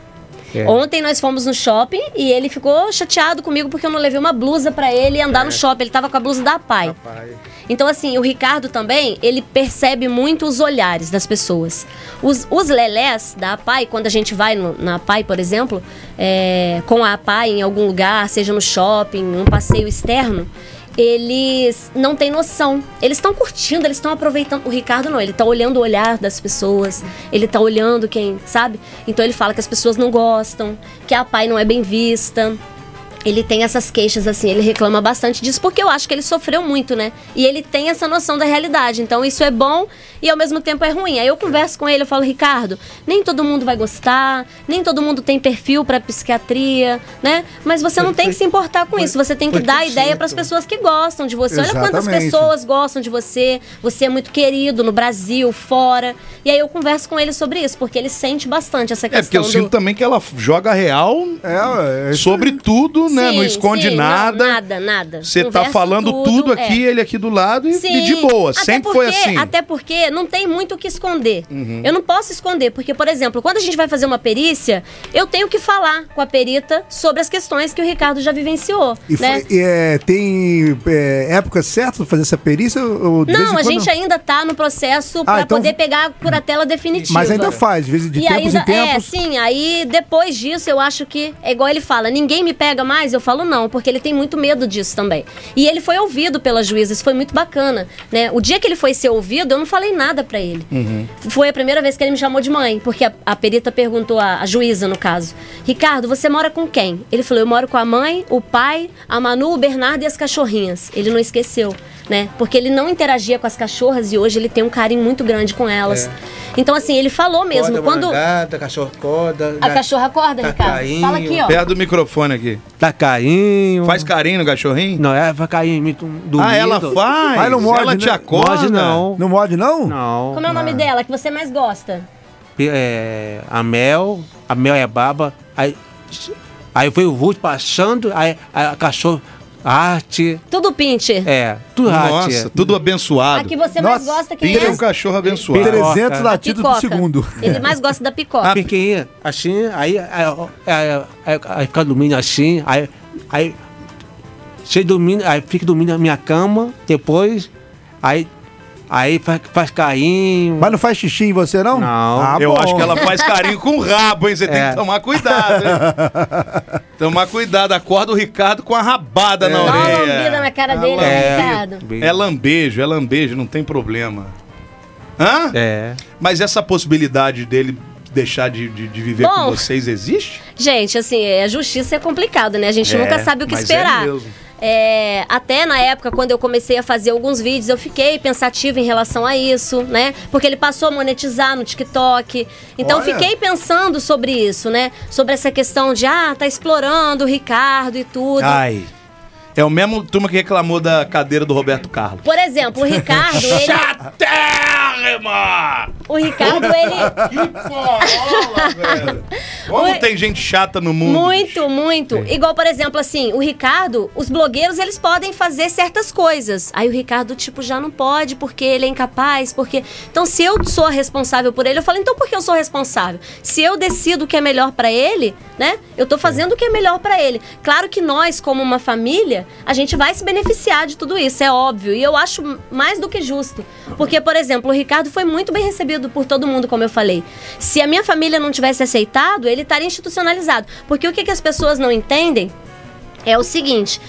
[SPEAKER 3] É.
[SPEAKER 6] Ontem nós fomos no shopping e ele ficou chateado comigo porque eu não levei uma blusa pra ele andar
[SPEAKER 3] É.
[SPEAKER 6] no shopping. Ele tava com a blusa da pai. Então, assim, o Ricardo também, ele percebe muito os olhares das pessoas. Os, os lelés da APAI, quando a gente vai no- na APAI, por exemplo, é, com a APAI em algum lugar, seja no shopping, um passeio externo, eles não têm noção. Eles estão curtindo, eles estão aproveitando. O Ricardo não, ele tá olhando o olhar das pessoas, ele tá olhando quem, sabe? Então ele fala que as pessoas não gostam, que a APAI não é bem vista ele tem essas queixas, assim, ele reclama bastante disso, porque eu acho que ele sofreu muito, né? E ele tem essa noção da realidade. Então, isso é bom e ao mesmo tempo é ruim. Aí eu converso com ele, eu falo, Ricardo, nem todo mundo vai gostar, nem todo mundo tem perfil pra psiquiatria, né? Mas você não tem que se importar com isso. Você tem que dar ideia pras pessoas que gostam de você. Olha quantas
[SPEAKER 4] Exatamente.
[SPEAKER 6] pessoas pessoas gostam de você, você é muito querido no Brasil, fora. E aí eu converso com ele sobre isso, porque ele sente bastante essa
[SPEAKER 3] É, porque
[SPEAKER 6] questão
[SPEAKER 3] eu sinto
[SPEAKER 6] do...
[SPEAKER 3] também que ela joga real
[SPEAKER 4] É, é,
[SPEAKER 3] sobre tudo, né? não
[SPEAKER 6] Sim,
[SPEAKER 3] esconde
[SPEAKER 6] sim, não,
[SPEAKER 3] nada.
[SPEAKER 6] nada, nada.
[SPEAKER 3] Você tá
[SPEAKER 6] Conversa
[SPEAKER 3] falando tudo,
[SPEAKER 6] é.
[SPEAKER 3] aqui, ele aqui do lado e,
[SPEAKER 6] Sim,
[SPEAKER 3] e de boa.
[SPEAKER 6] até
[SPEAKER 3] Sempre
[SPEAKER 6] porque,
[SPEAKER 3] foi assim.
[SPEAKER 6] Até porque não tem muito o que esconder. Eu não posso esconder, porque, por exemplo, quando a gente vai fazer uma perícia, eu tenho que falar com a perita sobre as questões que o Ricardo já vivenciou.
[SPEAKER 4] E,
[SPEAKER 6] né?
[SPEAKER 4] foi- e, é, tem é, época certa pra fazer essa perícia? Ou de vez em
[SPEAKER 6] Não, a
[SPEAKER 4] quando-
[SPEAKER 6] gente ainda tá no processo pra
[SPEAKER 4] então-
[SPEAKER 6] poder pegar a curatela definitiva.
[SPEAKER 4] Mas ainda faz, de, vez- de
[SPEAKER 6] e
[SPEAKER 4] tempos
[SPEAKER 6] ainda,
[SPEAKER 4] em tempos.
[SPEAKER 6] É, sim, aí depois disso eu acho que, é igual ele fala, ninguém me pega mais, eu falo não, porque ele tem muito medo disso também. E ele foi ouvido pela juíza, isso foi muito bacana, né? O dia que ele foi ser ouvido, eu não falei nada pra ele. Foi a primeira vez que ele me chamou de mãe, porque a, a perita perguntou, a, a juíza no caso, Ricardo, você mora com quem? Ele falou, eu moro com a mãe, o pai, a Manu, o Bernardo e as cachorrinhas. Ele não esqueceu, né? Porque ele não interagia com as cachorras e hoje ele tem um carinho muito grande com elas. Então, assim, ele falou mesmo.
[SPEAKER 5] Corda,
[SPEAKER 6] quando
[SPEAKER 5] Marangada, cachorro corda.
[SPEAKER 6] a
[SPEAKER 5] na-
[SPEAKER 6] cachorra acorda,
[SPEAKER 5] Tá
[SPEAKER 6] Ricardo?
[SPEAKER 5] caindo.
[SPEAKER 6] Fala aqui, ó.
[SPEAKER 3] Perto do microfone aqui.
[SPEAKER 5] Tacainho.
[SPEAKER 3] Faz carinho no cachorrinho?
[SPEAKER 5] Tá Não, ela vai cair em mim do
[SPEAKER 3] ah, ela faz?
[SPEAKER 4] Mas não morde,
[SPEAKER 3] ela
[SPEAKER 4] né?
[SPEAKER 3] te acorda?
[SPEAKER 5] Morde não.
[SPEAKER 4] Não morde, não?
[SPEAKER 5] Não.
[SPEAKER 6] Como é o nome dela que você mais gosta?
[SPEAKER 5] É, a Mel, a Mel é baba. Aí, aí veio o vulto passando, aí a cachorro. Arte.
[SPEAKER 6] Tudo pincher.
[SPEAKER 5] É, tudo arte.
[SPEAKER 3] Nossa, tudo
[SPEAKER 6] A
[SPEAKER 3] abençoado.
[SPEAKER 6] que você mais
[SPEAKER 4] Nossa,
[SPEAKER 6] gosta, quem
[SPEAKER 3] Ele é
[SPEAKER 6] é?
[SPEAKER 3] um cachorro abençoado.
[SPEAKER 5] Piroca.
[SPEAKER 4] 300
[SPEAKER 5] A
[SPEAKER 4] latidos do
[SPEAKER 6] Picoca.
[SPEAKER 4] segundo. É.
[SPEAKER 6] Ele mais gosta da
[SPEAKER 3] Ah,
[SPEAKER 6] picoca.
[SPEAKER 5] A pequenininha, assim, aí, aí, aí, aí, aí fica dormindo assim, aí, aí, você dormindo, aí fica dormindo na minha cama, depois, aí, aí faz, faz carinho.
[SPEAKER 4] Mas não faz xixi em você, não?
[SPEAKER 5] Não.
[SPEAKER 4] Ah,
[SPEAKER 3] Eu
[SPEAKER 4] bom.
[SPEAKER 3] acho que ela faz carinho com o rabo, hein? Você tem
[SPEAKER 5] É.
[SPEAKER 3] que tomar cuidado, hein? tomar cuidado. Acorda o Ricardo com a rabada na
[SPEAKER 6] Dá uma lambida na
[SPEAKER 3] orelha.
[SPEAKER 6] cara dele, né, Ricardo.
[SPEAKER 3] É lambejo, é lambejo, não tem problema. Hã?
[SPEAKER 5] É.
[SPEAKER 3] Mas essa possibilidade dele deixar de, de- de viver com
[SPEAKER 6] Bom.
[SPEAKER 3] vocês existe?
[SPEAKER 6] Gente, assim, é, a justiça é complicado, né? A gente
[SPEAKER 3] É,
[SPEAKER 6] nunca sabe o que
[SPEAKER 3] mas é
[SPEAKER 6] esperar.
[SPEAKER 3] mesmo.
[SPEAKER 6] É, até na época, quando eu comecei a fazer alguns vídeos, eu fiquei pensativa em relação a isso, né? Porque ele passou a monetizar no TikTok. Então, eu
[SPEAKER 4] Olha.
[SPEAKER 6] fiquei pensando sobre isso, né? Sobre essa questão de, ah, tá explorando o Ricardo e tudo.
[SPEAKER 3] Ai. É o mesmo turma que reclamou da cadeira do Roberto Carlos.
[SPEAKER 6] Por exemplo, o Ricardo, ele.
[SPEAKER 3] Chatérrima!
[SPEAKER 6] O Ricardo, ele.
[SPEAKER 3] Que porola, velho! Como
[SPEAKER 6] Oi.
[SPEAKER 3] tem gente chata no mundo?
[SPEAKER 6] Muito, muito. Igual, por exemplo, assim, o Ricardo, os blogueiros, eles podem fazer certas coisas. Aí o Ricardo, tipo, já não pode porque ele é incapaz, porque... Então, se eu sou a responsável por ele, eu falo, então por que eu sou responsável? Se eu decido o que é melhor pra ele, né? Eu tô fazendo o que é melhor pra ele. Claro que nós, como uma família, a gente vai se beneficiar de tudo isso, é óbvio. E eu acho mais do que justo. Porque, por exemplo, o Ricardo foi muito bem recebido por todo mundo, como eu falei. Se a minha família não tivesse aceitado, ele estaria institucionalizado. Porque o que, que as pessoas não entendem é o seguinte: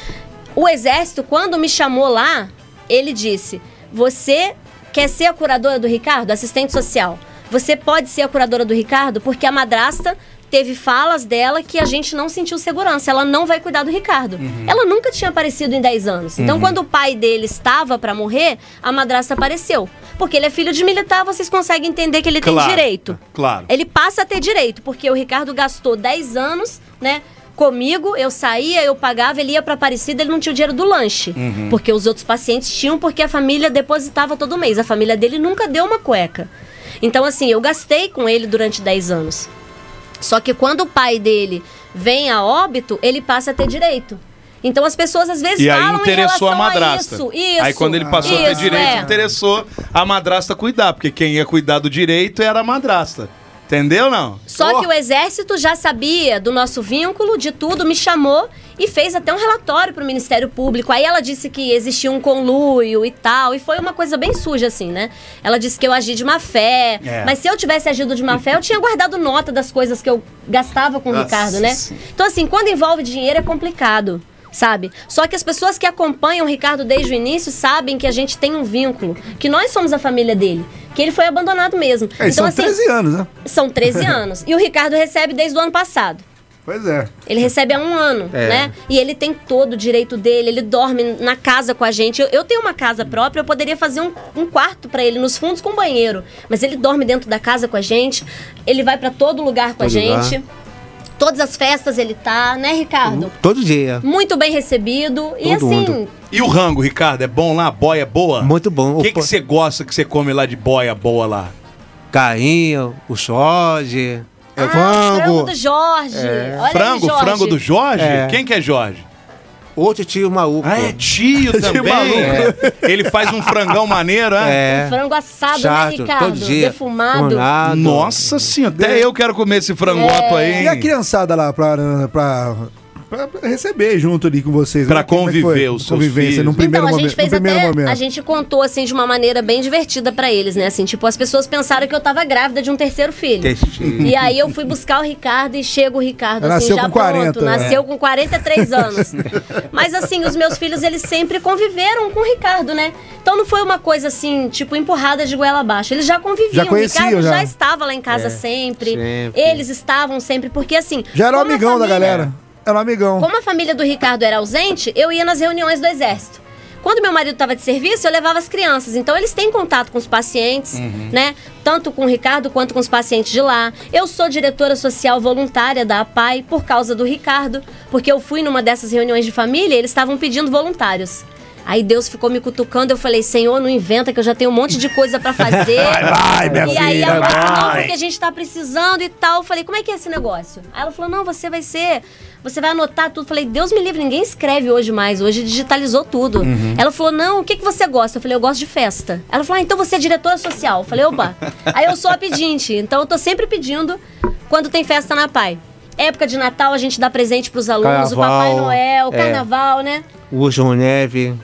[SPEAKER 6] o exército, quando me chamou lá, ele disse: Você quer ser a curadora do Ricardo, assistente social? Você pode ser a curadora do Ricardo porque a madrasta teve falas dela que a gente não sentiu segurança. Ela não vai cuidar do Ricardo.
[SPEAKER 3] Uhum.
[SPEAKER 6] Ela nunca tinha aparecido em 10 anos. Então, quando o pai dele estava para morrer, a madrasta apareceu. Porque ele é filho de militar, vocês conseguem entender que ele
[SPEAKER 3] Claro,
[SPEAKER 6] tem direito.
[SPEAKER 3] Claro.
[SPEAKER 6] Ele passa a ter direito, porque o Ricardo gastou 10 anos, né? Comigo, eu saía, eu pagava, ele ia pra Aparecida, ele não tinha o dinheiro do lanche.
[SPEAKER 3] Uhum.
[SPEAKER 6] Porque os outros pacientes tinham, porque a família depositava todo mês. A família dele nunca deu uma cueca. Então, assim, eu gastei com ele durante 10 anos. Só que quando o pai dele vem a óbito, ele passa a ter direito. Então as pessoas às vezes
[SPEAKER 3] E aí
[SPEAKER 6] falam
[SPEAKER 3] interessou
[SPEAKER 6] em
[SPEAKER 3] a
[SPEAKER 6] relação
[SPEAKER 3] madrasta.
[SPEAKER 6] a isso, isso.
[SPEAKER 3] Aí quando ele passou a ter
[SPEAKER 6] isso,
[SPEAKER 3] direito,
[SPEAKER 6] é.
[SPEAKER 3] interessou a madrasta cuidar, porque quem ia cuidar do direito era a madrasta. Entendeu não?
[SPEAKER 6] Só que o exército já sabia do nosso vínculo, de tudo, me chamou e fez até um relatório para o Ministério Público. Aí ela disse que existia um conluio e tal, e foi uma coisa bem suja assim, né? Ela disse que eu agi de má fé,
[SPEAKER 3] É.
[SPEAKER 6] mas se eu tivesse agido de má fé, eu tinha guardado nota das coisas que eu gastava com o
[SPEAKER 3] Nossa
[SPEAKER 6] Ricardo, né?
[SPEAKER 3] Senhora.
[SPEAKER 6] Então assim, quando envolve dinheiro é complicado. Sabe? Só que as pessoas que acompanham o Ricardo desde o início sabem que a gente tem um vínculo, que nós somos a família dele, que ele foi abandonado mesmo. Então, assim,
[SPEAKER 4] É, são 13 anos, né?
[SPEAKER 6] São 13 anos. E o Ricardo recebe desde o ano passado.
[SPEAKER 4] Pois é.
[SPEAKER 6] Ele recebe há um ano,
[SPEAKER 5] É.
[SPEAKER 6] né? E ele tem todo o direito dele, ele dorme na casa com a gente. Eu, eu tenho uma casa própria, eu poderia fazer um, um quarto pra ele nos fundos com banheiro. Mas ele dorme dentro da casa com a gente, ele vai pra todo lugar com a
[SPEAKER 5] Todo lugar.
[SPEAKER 6] gente. Todas as festas ele tá, né, Ricardo?
[SPEAKER 5] Todo dia.
[SPEAKER 6] Muito bem recebido.
[SPEAKER 5] Uhum. Todo
[SPEAKER 6] E assim,
[SPEAKER 5] mundo.
[SPEAKER 3] E o rango, Ricardo, é bom lá? A boia é boa?
[SPEAKER 5] Muito bom.
[SPEAKER 3] O que
[SPEAKER 5] O po-
[SPEAKER 3] que você gosta que você come lá de boia boa lá?
[SPEAKER 5] Carinho, o soja,
[SPEAKER 6] Ah, frango
[SPEAKER 7] frango.
[SPEAKER 6] do Jorge. Olha aí,
[SPEAKER 3] Frango,
[SPEAKER 6] Jorge.
[SPEAKER 3] frango do Jorge?
[SPEAKER 5] É.
[SPEAKER 3] Quem que é Jorge?
[SPEAKER 5] Outro tio maluco.
[SPEAKER 3] Ah, é tio também.
[SPEAKER 5] maluco.
[SPEAKER 3] É. Ele faz um frangão maneiro, é?
[SPEAKER 5] É.
[SPEAKER 6] Frango assado, né,
[SPEAKER 5] Chato,
[SPEAKER 6] Ricardo?
[SPEAKER 5] todo dia.
[SPEAKER 6] Defumado.
[SPEAKER 5] Ornado.
[SPEAKER 3] Nossa senhora, até eu quero comer esse
[SPEAKER 6] É.
[SPEAKER 3] frangoto aí. hein?
[SPEAKER 4] E a criançada lá pra, pra, pra receber junto ali com vocês?
[SPEAKER 3] Pra
[SPEAKER 4] né? Como é que foi?
[SPEAKER 3] conviver os seus
[SPEAKER 4] Convivência
[SPEAKER 3] filhos.
[SPEAKER 4] num primeiro
[SPEAKER 6] então, a
[SPEAKER 4] momento.
[SPEAKER 6] gente fez
[SPEAKER 4] num primeiro
[SPEAKER 6] até.
[SPEAKER 4] momento.
[SPEAKER 6] A gente contou, assim, de uma maneira bem divertida pra eles, né? Assim, tipo, as pessoas pensaram que eu tava grávida de um terceiro filho. E aí eu fui buscar o Ricardo e chega o Ricardo
[SPEAKER 4] Ela
[SPEAKER 6] assim,
[SPEAKER 4] nasceu
[SPEAKER 6] já
[SPEAKER 4] com 40,
[SPEAKER 6] pronto.
[SPEAKER 4] né?
[SPEAKER 6] Nasceu com 43 anos. Mas assim, os meus filhos, eles sempre conviveram com o Ricardo, né? Então não foi uma coisa assim, tipo, empurrada de goela abaixo. Eles já conviviam.
[SPEAKER 4] Já conheciam,
[SPEAKER 6] o Ricardo
[SPEAKER 4] já.
[SPEAKER 6] já estava lá em casa sempre.
[SPEAKER 5] sempre.
[SPEAKER 6] Eles estavam sempre, porque assim.
[SPEAKER 4] Já era um
[SPEAKER 6] como a
[SPEAKER 4] amigão da
[SPEAKER 6] família-
[SPEAKER 4] galera. Era um amigão.
[SPEAKER 6] como a família do Ricardo era ausente, eu ia nas reuniões do exército. Quando meu marido estava de serviço, eu levava as crianças. Então eles têm contato com os pacientes, né? Tanto com o Ricardo quanto com os pacientes de lá. Eu sou diretora social voluntária da APAI por causa do Ricardo, porque eu fui numa dessas reuniões de família e eles estavam pedindo voluntários. Aí Deus ficou me cutucando, eu falei, Senhor, não inventa que eu já tenho um monte de coisa pra fazer. vai, vai, minha e aí ela falou, não, porque a gente tá precisando e tal. Eu falei, como é que é esse negócio? Aí ela falou, não, você vai ser. Você vai anotar tudo. Eu falei, Deus me livre, ninguém escreve hoje mais. Hoje digitalizou tudo.
[SPEAKER 5] Uhum.
[SPEAKER 6] Ela falou, não, o que, que você gosta? Eu falei, eu gosto de festa. Ela falou, ah, então você é diretora social. Eu falei, opa. aí eu sou a pedinte, então eu tô sempre pedindo quando tem festa na PAI. Época de Natal, a gente dá presente pros alunos, o Papai
[SPEAKER 5] Carnaval,
[SPEAKER 6] Noel, o
[SPEAKER 5] é.
[SPEAKER 6] carnaval, né?
[SPEAKER 5] O João Neve.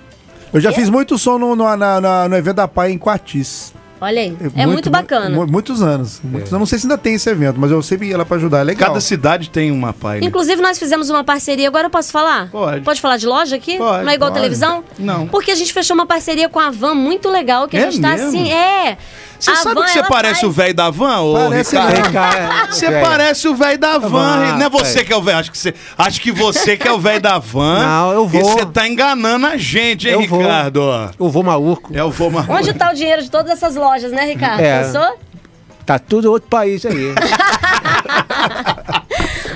[SPEAKER 4] Eu
[SPEAKER 6] é?
[SPEAKER 4] já fiz muito som no, no, na- na- no evento da PAI em Quartis.
[SPEAKER 6] Olha aí, é muito, bacana.
[SPEAKER 4] mu- muitos anos. Muitos, eu não sei se ainda tem esse evento, mas eu sempre ia lá pra ajudar. É legal.
[SPEAKER 3] É. Cada cidade tem uma pai. né?
[SPEAKER 6] Inclusive, nós fizemos uma parceria, agora eu posso falar?
[SPEAKER 3] Pode.
[SPEAKER 6] Pode falar de loja aqui?
[SPEAKER 3] Pode,
[SPEAKER 6] Não é igual
[SPEAKER 3] pode.
[SPEAKER 6] televisão?
[SPEAKER 3] Não.
[SPEAKER 6] Porque a gente fechou uma parceria com a Van muito legal, que a
[SPEAKER 3] É
[SPEAKER 6] gente tá
[SPEAKER 3] mesmo?
[SPEAKER 6] assim, é.
[SPEAKER 3] Você
[SPEAKER 6] A
[SPEAKER 3] sabe
[SPEAKER 6] Van,
[SPEAKER 3] que você
[SPEAKER 6] ela
[SPEAKER 3] parece
[SPEAKER 6] faz-
[SPEAKER 3] o velho da van, ô
[SPEAKER 4] Parece
[SPEAKER 3] Ricardo?
[SPEAKER 4] mesmo.
[SPEAKER 3] Ah, Você parece o velho
[SPEAKER 5] Tá
[SPEAKER 3] da
[SPEAKER 5] Ah,
[SPEAKER 3] van, não é você que é o velho. Acho que você, acho que você que é o velho da van.
[SPEAKER 5] Não, eu vou.
[SPEAKER 3] E você tá enganando a gente, hein,
[SPEAKER 5] Eu vou.
[SPEAKER 3] Ricardo?
[SPEAKER 5] Eu vou maluco.
[SPEAKER 3] É o vou mas-
[SPEAKER 6] Onde tá o dinheiro de todas essas lojas, né, Ricardo?
[SPEAKER 5] É.
[SPEAKER 6] Pensou?
[SPEAKER 5] Tá tudo outro país aí.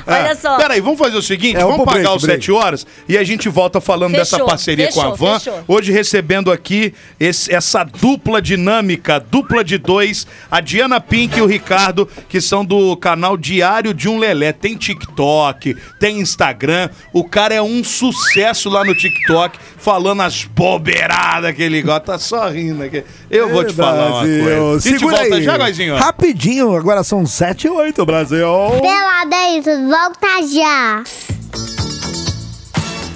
[SPEAKER 6] Olha só.
[SPEAKER 3] Ah, Peraí, vamos fazer o seguinte,
[SPEAKER 4] É,
[SPEAKER 3] vamos
[SPEAKER 4] vamos pro
[SPEAKER 3] pagar
[SPEAKER 4] break,
[SPEAKER 3] os
[SPEAKER 4] break.
[SPEAKER 3] 7 horas e a gente volta falando
[SPEAKER 6] Fechou,
[SPEAKER 3] dessa parceria com a
[SPEAKER 6] fechou,
[SPEAKER 3] Van.
[SPEAKER 6] fechou.
[SPEAKER 3] Hoje recebendo aqui esse- essa dupla dinâmica, dupla de dois, a Diana Pink e o Ricardo, que são do canal Diário de um Lelé. Tem TikTok, tem Instagram. O cara é um sucesso lá no TikTok, falando as bobeiradas que ele gosta. Tá só rindo aqui. Eu vou te falar uma
[SPEAKER 4] Brasil.
[SPEAKER 3] coisa. A gente
[SPEAKER 4] Segura
[SPEAKER 3] volta
[SPEAKER 4] aí.
[SPEAKER 3] já, Goizinho.
[SPEAKER 4] Rapidinho, agora são 7 e 8, Brasil.
[SPEAKER 7] Peladeiros, é volta já.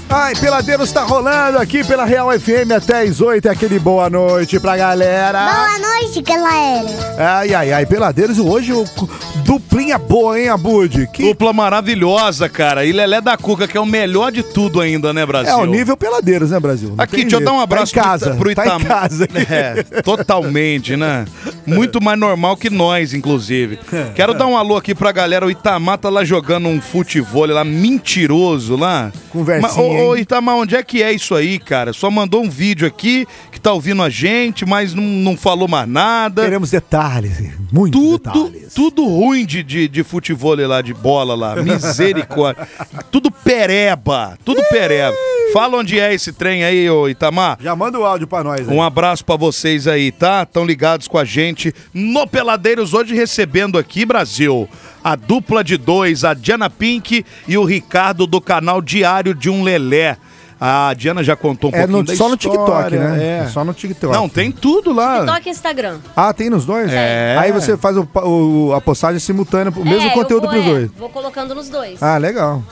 [SPEAKER 4] Ai, Peladeiros tá rolando aqui pela Real FM até as 8. É aquele boa noite pra galera.
[SPEAKER 7] Boa noite, galera.
[SPEAKER 4] Ai, ai, ai, Peladeiros. Hoje o cu- duplinha boa, hein, Abud? Que é
[SPEAKER 3] Dupla maravilhosa, cara. E Lelé da Cuca, que é o melhor de tudo ainda, né, Brasil?
[SPEAKER 4] é o nível Peladeiros, né, Brasil? Não
[SPEAKER 3] Aqui,
[SPEAKER 4] tem
[SPEAKER 3] deixa eu
[SPEAKER 4] jeito.
[SPEAKER 3] dar um abraço
[SPEAKER 4] tá em casa,
[SPEAKER 3] pro, Ita- pro
[SPEAKER 4] Tá em
[SPEAKER 3] Itamar.
[SPEAKER 4] casa.
[SPEAKER 3] É, totalmente, né? Muito mais normal que nós, inclusive.
[SPEAKER 4] É.
[SPEAKER 3] Quero dar um alô aqui pra galera. O Itamar tá lá jogando um futebol lá, mentiroso lá.
[SPEAKER 4] Conversinha,
[SPEAKER 3] Mas, ô, ô,
[SPEAKER 4] hein?
[SPEAKER 3] Itamar, onde é que é isso aí, cara? Só mandou um vídeo aqui que tá ouvindo a gente, mas não, não falou mais nada.
[SPEAKER 4] Teremos detalhes, muitos
[SPEAKER 3] Tudo,
[SPEAKER 4] detalhes.
[SPEAKER 3] tudo ruim de, de, de futebol lá, de bola lá. Misericórdia. tudo pereba. Tudo pereba. Fala onde é esse trem aí, ô Itamar.
[SPEAKER 4] Já manda o áudio pra nós. aí.
[SPEAKER 3] Um abraço pra vocês aí, tá? Estão ligados com a gente no Peladeiros hoje recebendo aqui Brasil a dupla de dois, a Diana Pink e o Ricardo do canal Diário de um Lelé. A Diana já contou um
[SPEAKER 4] É
[SPEAKER 3] pouquinho
[SPEAKER 4] no-
[SPEAKER 3] da
[SPEAKER 4] só no
[SPEAKER 3] história,
[SPEAKER 4] TikTok, né?
[SPEAKER 3] é.
[SPEAKER 4] Só no TikTok.
[SPEAKER 3] Não, tem tudo lá.
[SPEAKER 6] TikTok e Instagram.
[SPEAKER 4] Ah, tem nos dois?
[SPEAKER 3] É.
[SPEAKER 4] Aí você faz o, o- a postagem simultânea, o mesmo
[SPEAKER 6] É, eu
[SPEAKER 4] conteúdo
[SPEAKER 6] vou,
[SPEAKER 4] pros
[SPEAKER 6] é,
[SPEAKER 4] dois.
[SPEAKER 6] Vou colocando nos dois.
[SPEAKER 4] Ah, legal.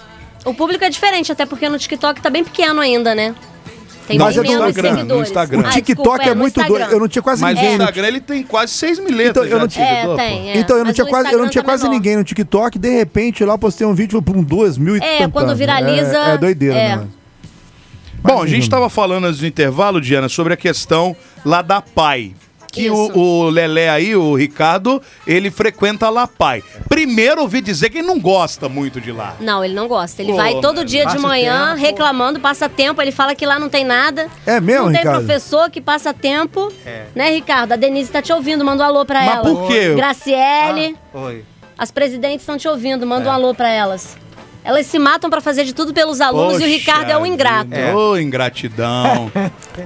[SPEAKER 6] O público é diferente, até porque no TikTok tá bem pequeno ainda, né? Tem
[SPEAKER 4] Mas
[SPEAKER 6] bem
[SPEAKER 4] é no
[SPEAKER 6] menos
[SPEAKER 4] Instagram, no
[SPEAKER 6] seguidores.
[SPEAKER 3] Instagram. O
[SPEAKER 6] Ah,
[SPEAKER 4] TikTok
[SPEAKER 6] desculpa,
[SPEAKER 4] é
[SPEAKER 6] no
[SPEAKER 4] muito doido.
[SPEAKER 6] Instagram.
[SPEAKER 4] Eu não tinha quase
[SPEAKER 3] Mas o
[SPEAKER 4] ninguém. no
[SPEAKER 3] Instagram ele tem quase 6 mil letras.
[SPEAKER 4] Então, eu não
[SPEAKER 3] já,
[SPEAKER 4] tinha-
[SPEAKER 3] seguidor,
[SPEAKER 6] É,
[SPEAKER 3] pô.
[SPEAKER 6] tem. É.
[SPEAKER 4] Então, eu não,
[SPEAKER 6] Mas
[SPEAKER 4] tinha
[SPEAKER 6] o
[SPEAKER 4] quase, eu não
[SPEAKER 6] Instagram
[SPEAKER 4] tinha
[SPEAKER 6] tá
[SPEAKER 4] quase
[SPEAKER 6] menor.
[SPEAKER 4] ninguém no TikTok, de repente lá eu postei um vídeo com dois mil e
[SPEAKER 6] É,
[SPEAKER 4] tantos.
[SPEAKER 6] quando viraliza,
[SPEAKER 4] É, é doideira,
[SPEAKER 6] é.
[SPEAKER 4] né?
[SPEAKER 3] Bom, a gente estava falando antes do intervalo, Diana, sobre a questão lá da PAI. Que o,
[SPEAKER 6] Isso.
[SPEAKER 3] o Lelé aí, o Ricardo, ele frequenta lá a PAI. Primeiro ouvi dizer que ele não gosta muito de lá.
[SPEAKER 6] Não, ele não gosta. Ele
[SPEAKER 3] Pô,
[SPEAKER 6] vai todo dia de
[SPEAKER 5] passa
[SPEAKER 6] manhã
[SPEAKER 5] tempo.
[SPEAKER 6] reclamando, passa tempo, ele fala que lá não tem nada.
[SPEAKER 4] É mesmo,
[SPEAKER 6] Não tem
[SPEAKER 4] Ricardo?
[SPEAKER 6] professor que passa tempo.
[SPEAKER 3] É.
[SPEAKER 6] Né, Ricardo? A Denise tá te ouvindo, manda um alô pra
[SPEAKER 3] Mas
[SPEAKER 6] ela.
[SPEAKER 3] por quê?
[SPEAKER 6] Graciele,
[SPEAKER 5] Ah, Oi.
[SPEAKER 3] Ah.
[SPEAKER 6] as presidentes estão te ouvindo, manda um
[SPEAKER 3] É.
[SPEAKER 6] alô pra elas. Elas se matam pra fazer de tudo pelos alunos e o
[SPEAKER 3] Poxa
[SPEAKER 6] Ricardo é um ingrato.
[SPEAKER 3] vida, Ô, ingratidão.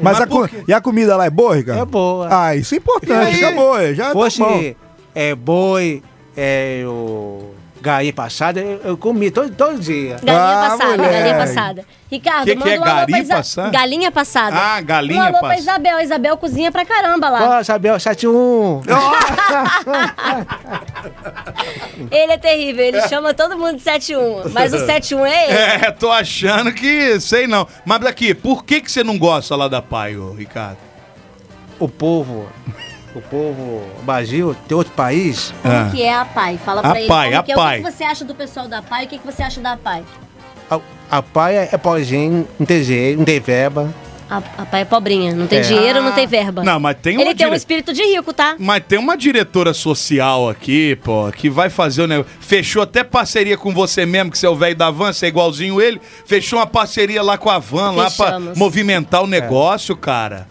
[SPEAKER 4] Mas, a co- e a comida lá é boa, Ricardo?
[SPEAKER 5] É boa.
[SPEAKER 4] Ah, isso é importante,
[SPEAKER 3] E aí?
[SPEAKER 4] acabou, já tá
[SPEAKER 5] Fosse
[SPEAKER 4] bom.
[SPEAKER 5] é, boi, é o Galinha passada eu, eu comi todo, todo dia.
[SPEAKER 6] Galinha
[SPEAKER 4] Ah,
[SPEAKER 6] passada,
[SPEAKER 4] mulher.
[SPEAKER 6] galinha passada. Ricardo,
[SPEAKER 3] Que que
[SPEAKER 6] manda
[SPEAKER 3] é
[SPEAKER 6] um alô
[SPEAKER 3] gari
[SPEAKER 6] pra Isa...
[SPEAKER 3] passada?
[SPEAKER 6] Galinha passada.
[SPEAKER 3] Ah, galinha
[SPEAKER 6] Um alô pra
[SPEAKER 3] passada.
[SPEAKER 6] Isabel. A Isabel cozinha pra caramba lá.
[SPEAKER 5] Ó, Isabel, 71.
[SPEAKER 6] Ele é terrível, ele chama todo mundo de 71. Mas o 71 é ele.
[SPEAKER 3] É, tô achando que sei não. Mas aqui, por que que você não gosta lá da Pai, ô, Ricardo?
[SPEAKER 5] O povo, o povo Brasil, tem outro país,
[SPEAKER 3] Ah.
[SPEAKER 6] Como que é a PAI? Fala
[SPEAKER 3] A
[SPEAKER 6] pra ele
[SPEAKER 3] PAI,
[SPEAKER 6] como
[SPEAKER 3] a
[SPEAKER 6] que é.
[SPEAKER 3] PAI.
[SPEAKER 6] O que que você acha do pessoal da PAI? O que que você acha da PAI?
[SPEAKER 5] a, a paia é pauzinho, não tem jeito, não tem verba.
[SPEAKER 6] A, a PAI é pobrinha, não tem
[SPEAKER 5] É.
[SPEAKER 6] dinheiro, não tem verba.
[SPEAKER 3] Não, mas tem uma
[SPEAKER 6] Ele tem um
[SPEAKER 3] dire-
[SPEAKER 6] espírito de rico, tá?
[SPEAKER 3] Mas tem uma diretora social aqui, pô, que vai fazer o negócio. Fechou até parceria com você mesmo, que você é o velho da van, você é igualzinho ele. Fechou uma parceria lá com a van, lá pra
[SPEAKER 6] Fechamos.
[SPEAKER 3] movimentar o negócio, cara.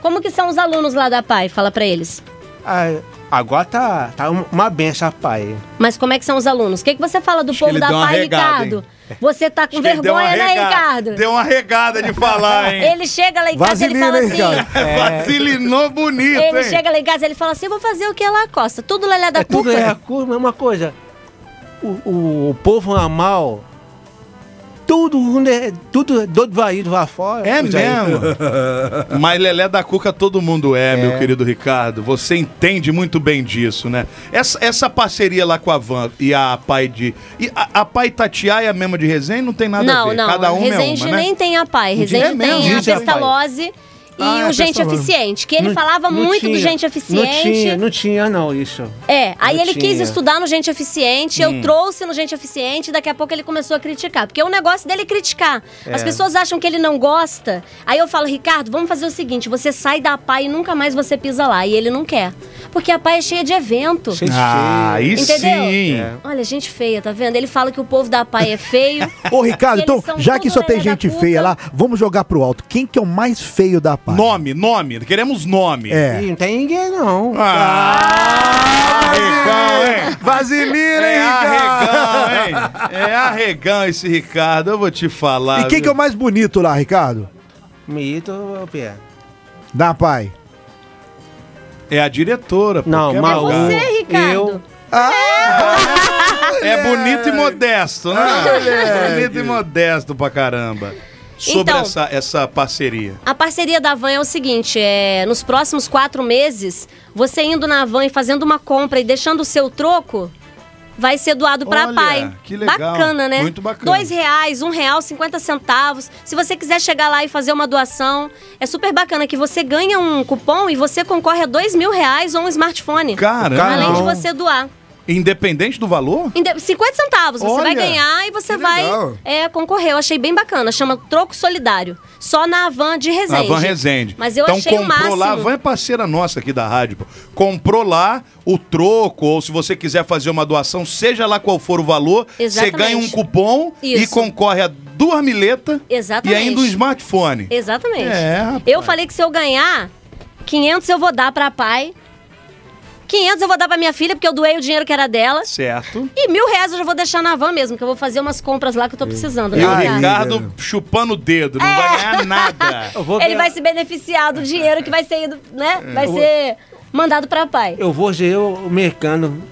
[SPEAKER 6] Como que são os alunos lá da PAI? Fala pra eles.
[SPEAKER 5] Ah, agora tá, tá um- uma benção, pai.
[SPEAKER 6] Mas como é que são os alunos? O que, que você fala do
[SPEAKER 3] Acho que
[SPEAKER 6] povo
[SPEAKER 3] ele
[SPEAKER 6] da
[SPEAKER 3] deu uma
[SPEAKER 6] PAI,
[SPEAKER 3] regada,
[SPEAKER 6] Ricardo? Você tá com
[SPEAKER 3] Acho que ele deu uma
[SPEAKER 6] vergonha, né,
[SPEAKER 3] rega-
[SPEAKER 6] Ricardo?
[SPEAKER 3] Deu uma regada de falar, hein?
[SPEAKER 6] Ele chega lá em casa e ele
[SPEAKER 4] Vaselina,
[SPEAKER 6] fala
[SPEAKER 4] hein,
[SPEAKER 6] assim.
[SPEAKER 4] Ricardo?
[SPEAKER 3] Vacilinou bonito,
[SPEAKER 6] Ele
[SPEAKER 3] hein?
[SPEAKER 6] chega lá em casa e ele fala assim: eu vou fazer o que lá Costa? Tudo lelé da
[SPEAKER 5] É tudo
[SPEAKER 6] cuca?
[SPEAKER 5] é a cor, mesma coisa. O, o, o povo é mal. Tudo, né, tudo todo vaído lá fora.
[SPEAKER 3] É
[SPEAKER 5] Isso aí.
[SPEAKER 3] mesmo. Mas Lelé da Cuca todo mundo é, meu querido Ricardo. Você entende muito bem disso, né? Essa, essa parceria lá com a Van e a Pai de. E a, a Pai Tatiaia é a mesma de Resende? Não tem nada a
[SPEAKER 6] Não,
[SPEAKER 3] ver.
[SPEAKER 6] não.
[SPEAKER 3] Cada uma
[SPEAKER 6] Resende
[SPEAKER 3] é uma, né?
[SPEAKER 6] nem tem a pai. Resende
[SPEAKER 3] É mesmo?
[SPEAKER 6] tem a
[SPEAKER 5] Existe a Pai.
[SPEAKER 6] Pestalozzi e
[SPEAKER 4] Ah, é a
[SPEAKER 6] o Gente
[SPEAKER 4] Pestalozzi.
[SPEAKER 6] Eficiente, que ele
[SPEAKER 5] Não-
[SPEAKER 6] falava
[SPEAKER 5] não
[SPEAKER 6] muito do
[SPEAKER 5] tinha,
[SPEAKER 6] Gente Eficiente.
[SPEAKER 5] Não tinha, não tinha não isso.
[SPEAKER 6] É, aí
[SPEAKER 5] Não
[SPEAKER 6] ele
[SPEAKER 5] tinha.
[SPEAKER 6] quis estudar no Gente Eficiente, eu trouxe no Gente Eficiente, e daqui a pouco ele começou a criticar. Porque o negócio dele é criticar. As
[SPEAKER 5] É.
[SPEAKER 6] pessoas acham que ele não gosta. Aí eu falo, Ricardo, vamos fazer o seguinte: você sai da PAI e nunca mais você pisa lá. E ele não quer. Porque a PAI é cheia de evento.
[SPEAKER 5] Cheio de
[SPEAKER 3] Ah,
[SPEAKER 5] cheio.
[SPEAKER 3] aí
[SPEAKER 6] Entendeu?
[SPEAKER 3] sim.
[SPEAKER 5] É.
[SPEAKER 6] Olha, gente feia, tá vendo? Ele fala que o povo da PAI é feio.
[SPEAKER 4] Ô, Ricardo,
[SPEAKER 6] Eles
[SPEAKER 4] então,
[SPEAKER 6] são
[SPEAKER 4] já que
[SPEAKER 6] tudo
[SPEAKER 4] só tem
[SPEAKER 6] lelé da
[SPEAKER 4] gente
[SPEAKER 6] cuca.
[SPEAKER 4] feia lá, vamos jogar pro alto. Quem que é o mais feio da parte?
[SPEAKER 3] Nome, nome. Queremos nome.
[SPEAKER 4] É.
[SPEAKER 5] E não tem ninguém não.
[SPEAKER 3] Ah, Ricão, hein?
[SPEAKER 4] Vasilina,
[SPEAKER 3] É
[SPEAKER 4] Ricardo!
[SPEAKER 3] arregão, hein? É arregão esse Ricardo, eu vou te falar.
[SPEAKER 4] E quem que é o mais bonito lá, Ricardo?
[SPEAKER 5] Mito, pé.
[SPEAKER 4] Da pai.
[SPEAKER 3] É a diretora. pô,
[SPEAKER 5] Não,
[SPEAKER 3] quer
[SPEAKER 5] mal.
[SPEAKER 3] maldade.
[SPEAKER 6] É você, Ricardo.
[SPEAKER 5] Eu,
[SPEAKER 3] É bonito e modesto, né? bonito e modesto pra caramba. Sobre
[SPEAKER 6] Então-
[SPEAKER 3] essa, essa parceria.
[SPEAKER 6] A parceria da van é o seguinte: é, nos próximos quatro meses, você indo na van e fazendo uma compra e deixando o seu troco, vai ser doado pra
[SPEAKER 3] Olha,
[SPEAKER 6] pai.
[SPEAKER 3] que legal.
[SPEAKER 6] Bacana, né?
[SPEAKER 3] Muito bacana.
[SPEAKER 6] Dois reais, um real, cinquenta centavos. Se você quiser chegar lá e fazer uma doação, é super bacana que você ganha um cupom e você concorre a dois mil reais ou um smartphone.
[SPEAKER 3] Caramba.
[SPEAKER 6] Além de você doar.
[SPEAKER 3] Independente do valor?
[SPEAKER 6] Inde- 50 centavos, você
[SPEAKER 3] Olha,
[SPEAKER 6] vai ganhar e você
[SPEAKER 4] que
[SPEAKER 6] vai
[SPEAKER 4] legal.
[SPEAKER 6] é, concorrer. Eu achei bem bacana, chama Troco Solidário. Só na van de Resende.
[SPEAKER 3] A Van Resende.
[SPEAKER 6] Mas eu
[SPEAKER 3] então
[SPEAKER 6] achei o
[SPEAKER 3] comprou
[SPEAKER 6] máximo.
[SPEAKER 3] lá, a Van é parceira nossa aqui da rádio. pô. Comprou lá o troco, ou se você quiser fazer uma doação, seja lá qual for o valor, você
[SPEAKER 6] Exatamente.
[SPEAKER 3] ganha um cupom e
[SPEAKER 6] Isso.
[SPEAKER 3] concorre a duas miletas e
[SPEAKER 6] Exatamente.
[SPEAKER 3] ainda um smartphone.
[SPEAKER 6] Exatamente.
[SPEAKER 3] É, rapaz.
[SPEAKER 6] eu falei que se eu ganhar, 500 eu vou dar pra pai. 500 eu vou dar pra minha filha, porque eu doei o dinheiro que era dela.
[SPEAKER 3] Certo.
[SPEAKER 6] E mil reais eu já vou deixar na van mesmo, que eu vou fazer umas compras lá que eu
[SPEAKER 3] É.
[SPEAKER 6] tô precisando.
[SPEAKER 3] E
[SPEAKER 6] né,
[SPEAKER 3] o
[SPEAKER 6] Ricardo?
[SPEAKER 3] Ricardo chupando o dedo, não
[SPEAKER 6] É.
[SPEAKER 3] vai ganhar nada.
[SPEAKER 5] eu vou
[SPEAKER 6] Ele
[SPEAKER 5] ver-
[SPEAKER 6] vai se beneficiar do dinheiro que vai ser, ido, né? Vai ser mandado pra pai.
[SPEAKER 5] Eu vou ver o mercado.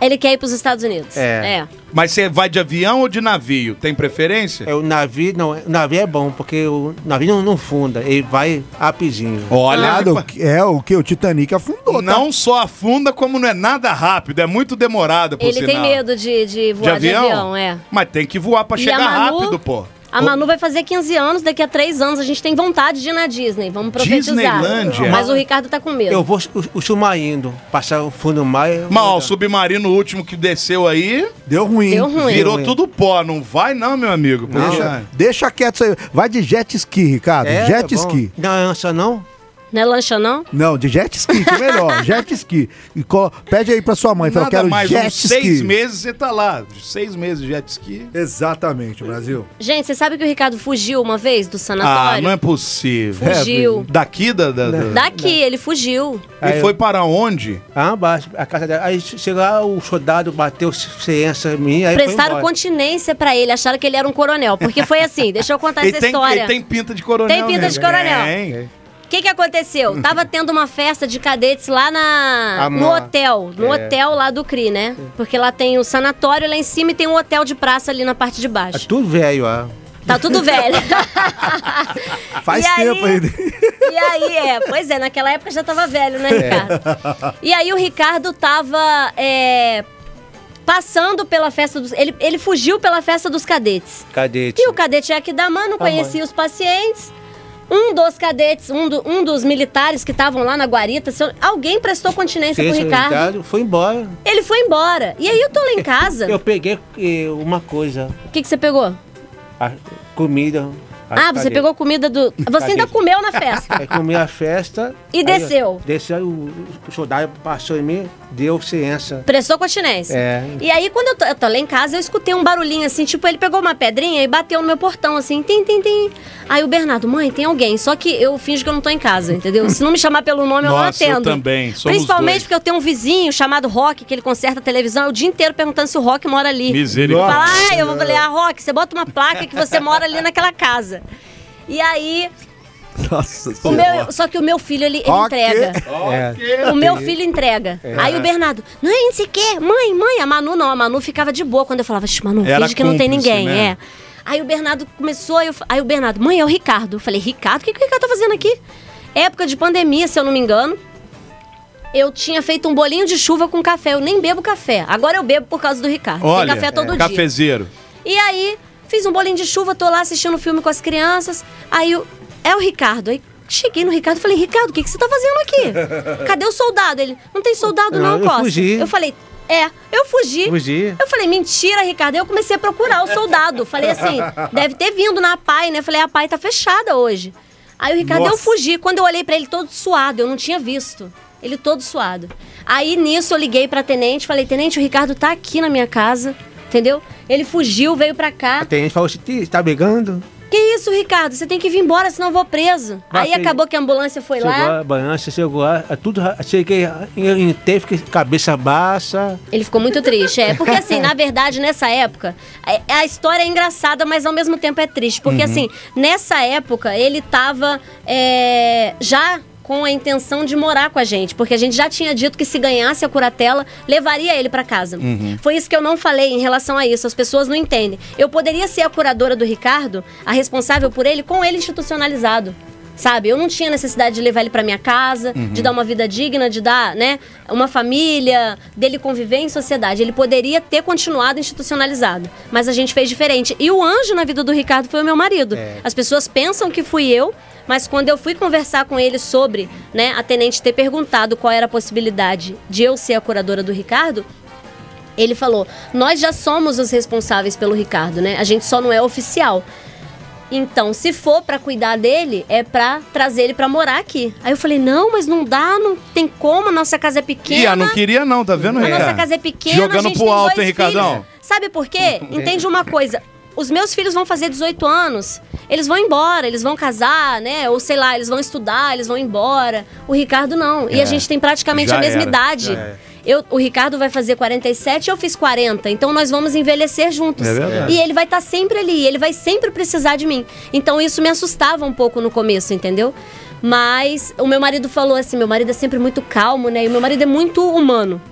[SPEAKER 6] Ele quer ir pros Estados Unidos.
[SPEAKER 5] É.
[SPEAKER 6] é.
[SPEAKER 3] Mas você vai de avião ou de navio? Tem preferência?
[SPEAKER 5] É, o navio, não, o navio é bom, porque o navio não, não funda, ele vai rapidinho.
[SPEAKER 3] Olha,
[SPEAKER 4] Nada, o que- é o que? O Titanic afundou, tá?
[SPEAKER 3] Ah, não só afunda, como não é nada rápido, é muito demorado, por
[SPEAKER 6] Ele
[SPEAKER 3] sinal.
[SPEAKER 6] tem medo de, de voar de avião, é.
[SPEAKER 3] Mas tem que voar pra
[SPEAKER 6] E
[SPEAKER 3] chegar
[SPEAKER 6] a Manu?
[SPEAKER 3] rápido, pô.
[SPEAKER 6] A Manu vai fazer 15 anos, daqui a 3 anos a gente tem vontade de ir na Disney. Vamos profetizar.
[SPEAKER 3] Disneylândia?
[SPEAKER 6] Mas o Ricardo tá com medo.
[SPEAKER 5] Eu vou o, o submarino, passar o fundo do mar. eu-
[SPEAKER 3] Mas ó, o submarino último que desceu aí
[SPEAKER 4] Deu ruim.
[SPEAKER 6] Deu ruim.
[SPEAKER 3] virou tudo pó. Não vai, não, meu amigo. pô.
[SPEAKER 4] Deixa, deixa quieto isso aí. Vai de jet ski, Ricardo.
[SPEAKER 5] É,
[SPEAKER 4] jet
[SPEAKER 5] tá bom.
[SPEAKER 4] ski.
[SPEAKER 5] Não, só não.
[SPEAKER 6] Não é lancha, não?
[SPEAKER 4] Não, de jet ski, que é melhor. jet ski. E co- Pede aí pra sua mãe. Fala,
[SPEAKER 3] Nada
[SPEAKER 4] quero
[SPEAKER 3] mais,
[SPEAKER 4] jet
[SPEAKER 3] uns
[SPEAKER 4] ski.
[SPEAKER 3] seis meses você tá lá. Seis meses jet ski.
[SPEAKER 4] Exatamente, Brasil.
[SPEAKER 6] Gente, você sabe que o Ricardo fugiu uma vez do
[SPEAKER 3] Ah,
[SPEAKER 6] sanatório?
[SPEAKER 3] não é possível.
[SPEAKER 6] Fugiu.
[SPEAKER 3] É, daqui da... da, da-
[SPEAKER 6] Daqui, ele fugiu.
[SPEAKER 3] E foi para onde?
[SPEAKER 5] Ah, baixo, a casa dela. Aí chegou lá, o soldado bateu ciência minha. Aí foi
[SPEAKER 6] Prestaram
[SPEAKER 5] embora.
[SPEAKER 6] continência pra ele, acharam que ele era um coronel. Porque foi assim, deixa eu contar
[SPEAKER 3] Ele
[SPEAKER 6] essa
[SPEAKER 3] tem,
[SPEAKER 6] história.
[SPEAKER 3] ele tem pinta de coronel.
[SPEAKER 6] Tem pinta de
[SPEAKER 3] mesmo.
[SPEAKER 6] coronel.
[SPEAKER 3] Tem.
[SPEAKER 6] que, que aconteceu? Tava tendo uma festa de cadetes lá na,
[SPEAKER 8] Amor.
[SPEAKER 6] no hotel. No
[SPEAKER 8] É.
[SPEAKER 6] hotel lá do CRI, né? Porque lá tem o sanatório lá em cima e tem um hotel de praça ali na parte de
[SPEAKER 5] É
[SPEAKER 6] baixo.
[SPEAKER 5] tudo velho, ó.
[SPEAKER 6] Tá tudo velho.
[SPEAKER 8] Faz
[SPEAKER 6] E
[SPEAKER 8] tempo
[SPEAKER 6] aí-
[SPEAKER 8] ainda.
[SPEAKER 6] E aí, é, pois é, naquela época já tava velho, né, Ricardo? E aí o Ricardo tava é, passando pela festa dos. Ele, ele fugiu pela festa dos cadetes.
[SPEAKER 5] Cadete.
[SPEAKER 6] E o cadete é que da mano conhecia os pacientes. Um dos cadetes, um, do- um dos militares que estavam lá na guarita, se eu- alguém prestou continência pro
[SPEAKER 5] Fez um o
[SPEAKER 6] Ricardo.
[SPEAKER 5] Ricardo, foi embora.
[SPEAKER 6] Ele foi embora. E aí eu tô lá em casa.
[SPEAKER 5] Eu peguei eh, uma coisa,
[SPEAKER 6] O que, que você pegou?
[SPEAKER 5] a comida.
[SPEAKER 6] Ah, você pegou comida do. Você ainda
[SPEAKER 5] Cadete.
[SPEAKER 6] comeu na festa.
[SPEAKER 5] Aí comi a festa.
[SPEAKER 6] E
[SPEAKER 5] aí,
[SPEAKER 6] desceu.
[SPEAKER 5] Desceu, aí o, o soldado passou em mim, deu ciência.
[SPEAKER 6] Prestou continência.
[SPEAKER 5] É.
[SPEAKER 6] E aí, quando eu tô, eu tô lá em casa, eu escutei um barulhinho assim, tipo, ele pegou uma pedrinha e bateu no meu portão, assim, tem, tem, tem. Aí o Bernardo, mãe, tem alguém. Só que eu finjo que eu não tô em casa, entendeu? Se não me chamar pelo nome, eu não
[SPEAKER 3] Nossa, eu
[SPEAKER 6] atendo.
[SPEAKER 3] também, somos
[SPEAKER 6] Principalmente
[SPEAKER 3] dois.
[SPEAKER 6] porque eu tenho um vizinho chamado Rock, que ele conserta a televisão, eu o dia inteiro perguntando se o Rock mora ali.
[SPEAKER 3] Misericórdia.
[SPEAKER 6] Fala, ah, eu vou falei, ah, Rock, você bota uma placa que você mora ali naquela casa. E aí,
[SPEAKER 8] Nossa
[SPEAKER 6] o meu, só que o meu filho, ele, ele
[SPEAKER 8] Rock.
[SPEAKER 6] entrega.
[SPEAKER 5] É.
[SPEAKER 6] O meu filho entrega.
[SPEAKER 3] É.
[SPEAKER 6] Aí o Bernardo, não, não sei o quê, mãe, mãe. A Manu não, a Manu ficava de boa quando eu falava, "Ixi, Manu,
[SPEAKER 3] Era
[SPEAKER 6] finge que não tem
[SPEAKER 3] cúmplice,
[SPEAKER 6] ninguém,
[SPEAKER 3] né?
[SPEAKER 6] é. Aí o Bernardo começou, eu fa- aí o Bernardo, mãe, é o Ricardo. Eu falei, Ricardo, o que, que o Ricardo tá fazendo aqui? Época de pandemia, se eu não me engano. Eu tinha feito um bolinho de chuva com café, eu nem bebo café. Agora eu bebo por causa do Ricardo.
[SPEAKER 3] Olha,
[SPEAKER 6] tem café todo
[SPEAKER 3] é,
[SPEAKER 6] dia.
[SPEAKER 3] cafezeiro.
[SPEAKER 6] E aí, fiz um bolinho de chuva, tô lá assistindo um filme com as crianças. Aí o- é o Ricardo. Aí cheguei no Ricardo e falei, Ricardo, o que, que você tá fazendo aqui? Cadê o soldado? Ele, não tem soldado, não,
[SPEAKER 5] Ah, eu
[SPEAKER 6] Costa.
[SPEAKER 5] fugi.
[SPEAKER 6] Eu falei, é, eu fugi.
[SPEAKER 5] Fugi.
[SPEAKER 6] Eu falei, mentira, Ricardo. Aí eu comecei a procurar o soldado. Falei assim, deve ter vindo na PAI, né? Falei, a PAI tá fechada hoje. Aí o Ricardo, eu fugi. Quando eu olhei pra ele todo suado, eu não tinha visto. Ele todo suado. Aí nisso eu liguei pra tenente, falei, tenente, o Ricardo tá aqui na minha casa, entendeu? Ele fugiu, veio pra cá.
[SPEAKER 5] Tem gente que falou assim, "Ti, tá brigando?
[SPEAKER 6] Que isso, Ricardo? Você tem que vir embora, senão eu vou preso. Aí
[SPEAKER 5] Batei.
[SPEAKER 6] acabou que a ambulância foi
[SPEAKER 5] Chegou
[SPEAKER 6] lá.
[SPEAKER 5] a banhança, chegou a... a Tudo, ra- cheguei, eu entrei, fiquei cabeça baixa.
[SPEAKER 6] Ele ficou muito triste, é. Porque, assim, na verdade, nessa época, a, a história é engraçada, mas ao mesmo tempo é triste. Porque, assim, nessa época, ele tava é, já com a intenção de morar com a gente. Porque a gente já tinha dito que se ganhasse a curatela, levaria ele pra casa. Foi isso que eu não falei em relação a isso. As pessoas não entendem. Eu poderia ser a curadora do Ricardo, a responsável por ele, com ele institucionalizado. Sabe, eu não tinha necessidade de levar ele pra minha casa, de dar uma vida digna, de dar, né, uma família, dele conviver em sociedade. Ele poderia ter continuado institucionalizado, mas a gente fez diferente. E o anjo na vida do Ricardo foi o meu marido. As pessoas pensam que fui eu, mas quando eu fui conversar com ele sobre, né, a tenente ter perguntado qual era a possibilidade de eu ser a curadora do Ricardo, ele falou: "Nós já somos os responsáveis pelo Ricardo, né? A gente só não é oficial". Então, se for pra cuidar dele, é pra trazer ele pra morar aqui. Aí eu falei: "Não, mas não dá, não tem como, a nossa casa é pequena".
[SPEAKER 3] Ih, ah, não queria não, tá vendo,
[SPEAKER 6] A
[SPEAKER 3] Ricardo?
[SPEAKER 6] nossa casa é pequena, a
[SPEAKER 3] Jogando
[SPEAKER 6] gente
[SPEAKER 3] pro
[SPEAKER 6] tem
[SPEAKER 3] alto,
[SPEAKER 6] dois
[SPEAKER 3] hein, Ricardão?
[SPEAKER 6] filhos. Sabe por quê? Entende uma coisa. Os meus filhos vão fazer 18 anos. Eles vão embora, eles vão casar, né? Ou sei lá, eles vão estudar, eles vão embora. O Ricardo não. E a gente tem praticamente
[SPEAKER 3] É. Já
[SPEAKER 6] a mesma
[SPEAKER 3] era,
[SPEAKER 6] idade. Eu, o Ricardo vai fazer 47 eu fiz 40. Então nós vamos envelhecer juntos.
[SPEAKER 3] É verdade.
[SPEAKER 6] E ele vai estar sempre ali, ele vai sempre precisar de mim. Então isso me assustava um pouco no começo, entendeu? Mas o meu marido falou assim: meu marido é sempre muito calmo, né? E o meu marido é muito humano.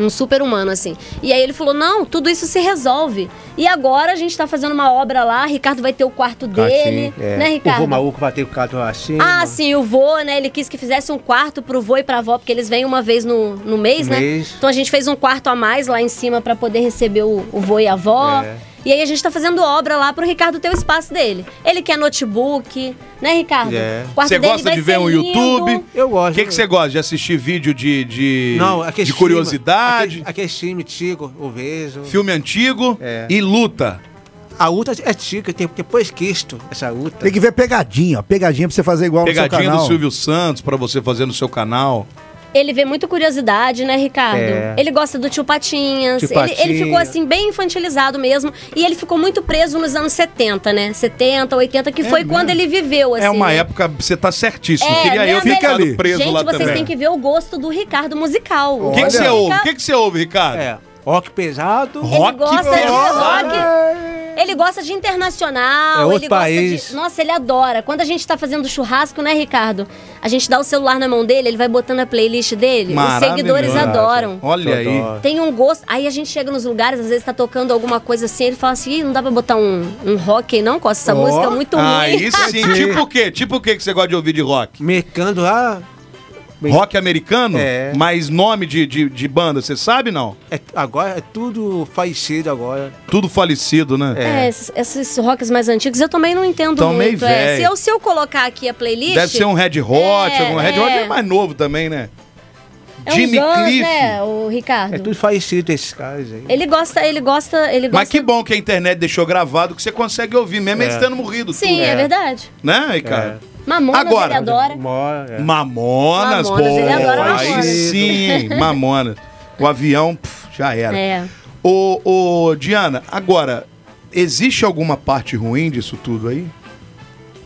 [SPEAKER 6] Um super humano, assim. E aí ele falou: não, tudo isso se resolve. E agora a gente tá fazendo uma obra lá, Ricardo vai ter o quarto dele,
[SPEAKER 5] é.
[SPEAKER 6] né,
[SPEAKER 5] O
[SPEAKER 6] Ricardo?
[SPEAKER 5] vô maluco bateu o carro assim.
[SPEAKER 6] Ah, sim, o vô, né? Ele quis que fizesse um quarto pro vô e pra avó, porque eles vêm uma vez no, no mês, né?
[SPEAKER 5] Mês.
[SPEAKER 6] Então a gente fez um quarto a mais lá em cima pra poder receber o, o vô e a avó.
[SPEAKER 5] É.
[SPEAKER 6] E aí a gente tá fazendo obra lá pro Ricardo ter o espaço dele. Ele quer notebook, né, Ricardo?
[SPEAKER 5] É.
[SPEAKER 6] O quarto
[SPEAKER 3] Você
[SPEAKER 6] dele
[SPEAKER 3] gosta
[SPEAKER 6] vai
[SPEAKER 3] de ver
[SPEAKER 6] ser
[SPEAKER 3] um
[SPEAKER 6] lindo.
[SPEAKER 3] YouTube?
[SPEAKER 5] Eu
[SPEAKER 3] O
[SPEAKER 5] gosto.
[SPEAKER 3] que que você gosta? De assistir vídeo de, de,
[SPEAKER 5] Não, aquele
[SPEAKER 3] de
[SPEAKER 5] filme-
[SPEAKER 3] curiosidade,
[SPEAKER 5] aquele- Aquele filme tigo, eu vejo.
[SPEAKER 3] filme antigo
[SPEAKER 5] É.
[SPEAKER 3] e luta.
[SPEAKER 5] A luta é tiga, tem depois Cristo, essa luta.
[SPEAKER 4] Tem que ver pegadinha, ó. Pegadinha pra você fazer igual no seu
[SPEAKER 3] Pegadinha
[SPEAKER 4] canal.
[SPEAKER 3] do Silvio Santos pra você fazer no seu canal.
[SPEAKER 6] Ele vê muito curiosidade, né, Ricardo?
[SPEAKER 5] É.
[SPEAKER 6] Ele gosta do tio Patinhas.
[SPEAKER 5] Tio
[SPEAKER 6] Ele- Ele, ficou,
[SPEAKER 5] Patinhas.
[SPEAKER 6] assim, bem infantilizado mesmo. E ele ficou muito preso nos anos 70, né? 70, 80, que foi quando ele viveu, assim.
[SPEAKER 3] é uma
[SPEAKER 6] né?
[SPEAKER 3] época, você tá certíssimo.
[SPEAKER 6] É,
[SPEAKER 3] Queria eu
[SPEAKER 6] lembra
[SPEAKER 3] ter
[SPEAKER 6] dele?
[SPEAKER 3] ficado
[SPEAKER 4] ali.
[SPEAKER 3] preso
[SPEAKER 6] Gente,
[SPEAKER 3] lá
[SPEAKER 6] vocês
[SPEAKER 3] também.
[SPEAKER 6] têm que ver o gosto do Ricardo musical.
[SPEAKER 3] O que que você
[SPEAKER 6] Ele
[SPEAKER 3] ouve? O
[SPEAKER 6] fica-
[SPEAKER 3] que que você ouve, Ricardo?
[SPEAKER 5] É. Rock pesado.
[SPEAKER 6] ele gosta de rock. Ele gosta de internacional.
[SPEAKER 5] É outro
[SPEAKER 6] ele gosta
[SPEAKER 5] país.
[SPEAKER 6] de. Nossa, ele adora. Quando a gente tá fazendo churrasco, né, Ricardo? A gente dá o celular na mão dele, ele vai botando a playlist dele. Os
[SPEAKER 3] Maravilhoso.
[SPEAKER 6] seguidores adoram.
[SPEAKER 3] Olha aí.
[SPEAKER 6] Tem um gosto. Aí a gente chega nos lugares, às vezes tá tocando alguma coisa assim, ele fala assim: "Ih, não dá pra botar um, um rock aí, não, Costa? Essa
[SPEAKER 5] Ó.
[SPEAKER 6] música é muito ruim.
[SPEAKER 3] Aí sim. tipo o quê? Tipo o quê que você gosta de ouvir de rock?
[SPEAKER 5] Mercando lá.
[SPEAKER 3] Rock americano?
[SPEAKER 5] É.
[SPEAKER 3] Mas nome de, de, de banda, você sabe não?
[SPEAKER 5] é- agora é tudo falecido agora.
[SPEAKER 3] Tudo falecido, né?
[SPEAKER 6] É, esses, esses rocks mais antigos eu também não entendo
[SPEAKER 3] Tão meio
[SPEAKER 6] muito.
[SPEAKER 3] velho.
[SPEAKER 6] é. se, eu, se eu colocar aqui a playlist.
[SPEAKER 3] Deve ser um Red Hot,
[SPEAKER 6] É,
[SPEAKER 3] algum Red Hot
[SPEAKER 6] é.
[SPEAKER 3] é mais novo também, né?
[SPEAKER 6] é um Guns, né, o Ricardo?
[SPEAKER 5] É tudo falecido esses caras aí.
[SPEAKER 6] Ele gosta, ele gosta, ele gosta.
[SPEAKER 3] Mas que bom que a internet deixou gravado que você consegue ouvir,
[SPEAKER 5] É.
[SPEAKER 3] mesmo eles tendo morrido.
[SPEAKER 6] Sim,
[SPEAKER 3] tudo.
[SPEAKER 6] é. verdade.
[SPEAKER 3] Né, Ricardo?
[SPEAKER 6] Mamonas
[SPEAKER 3] Agora.
[SPEAKER 6] ele adora.
[SPEAKER 5] Mora. é.
[SPEAKER 3] Mamonas, pô.
[SPEAKER 6] Mamonas, ele adora
[SPEAKER 3] aí
[SPEAKER 6] Mamonas.
[SPEAKER 3] sim, Mamonas. O avião, pff, já era.
[SPEAKER 6] É.
[SPEAKER 3] Ô, ô, Diana, agora, existe alguma parte ruim disso tudo aí?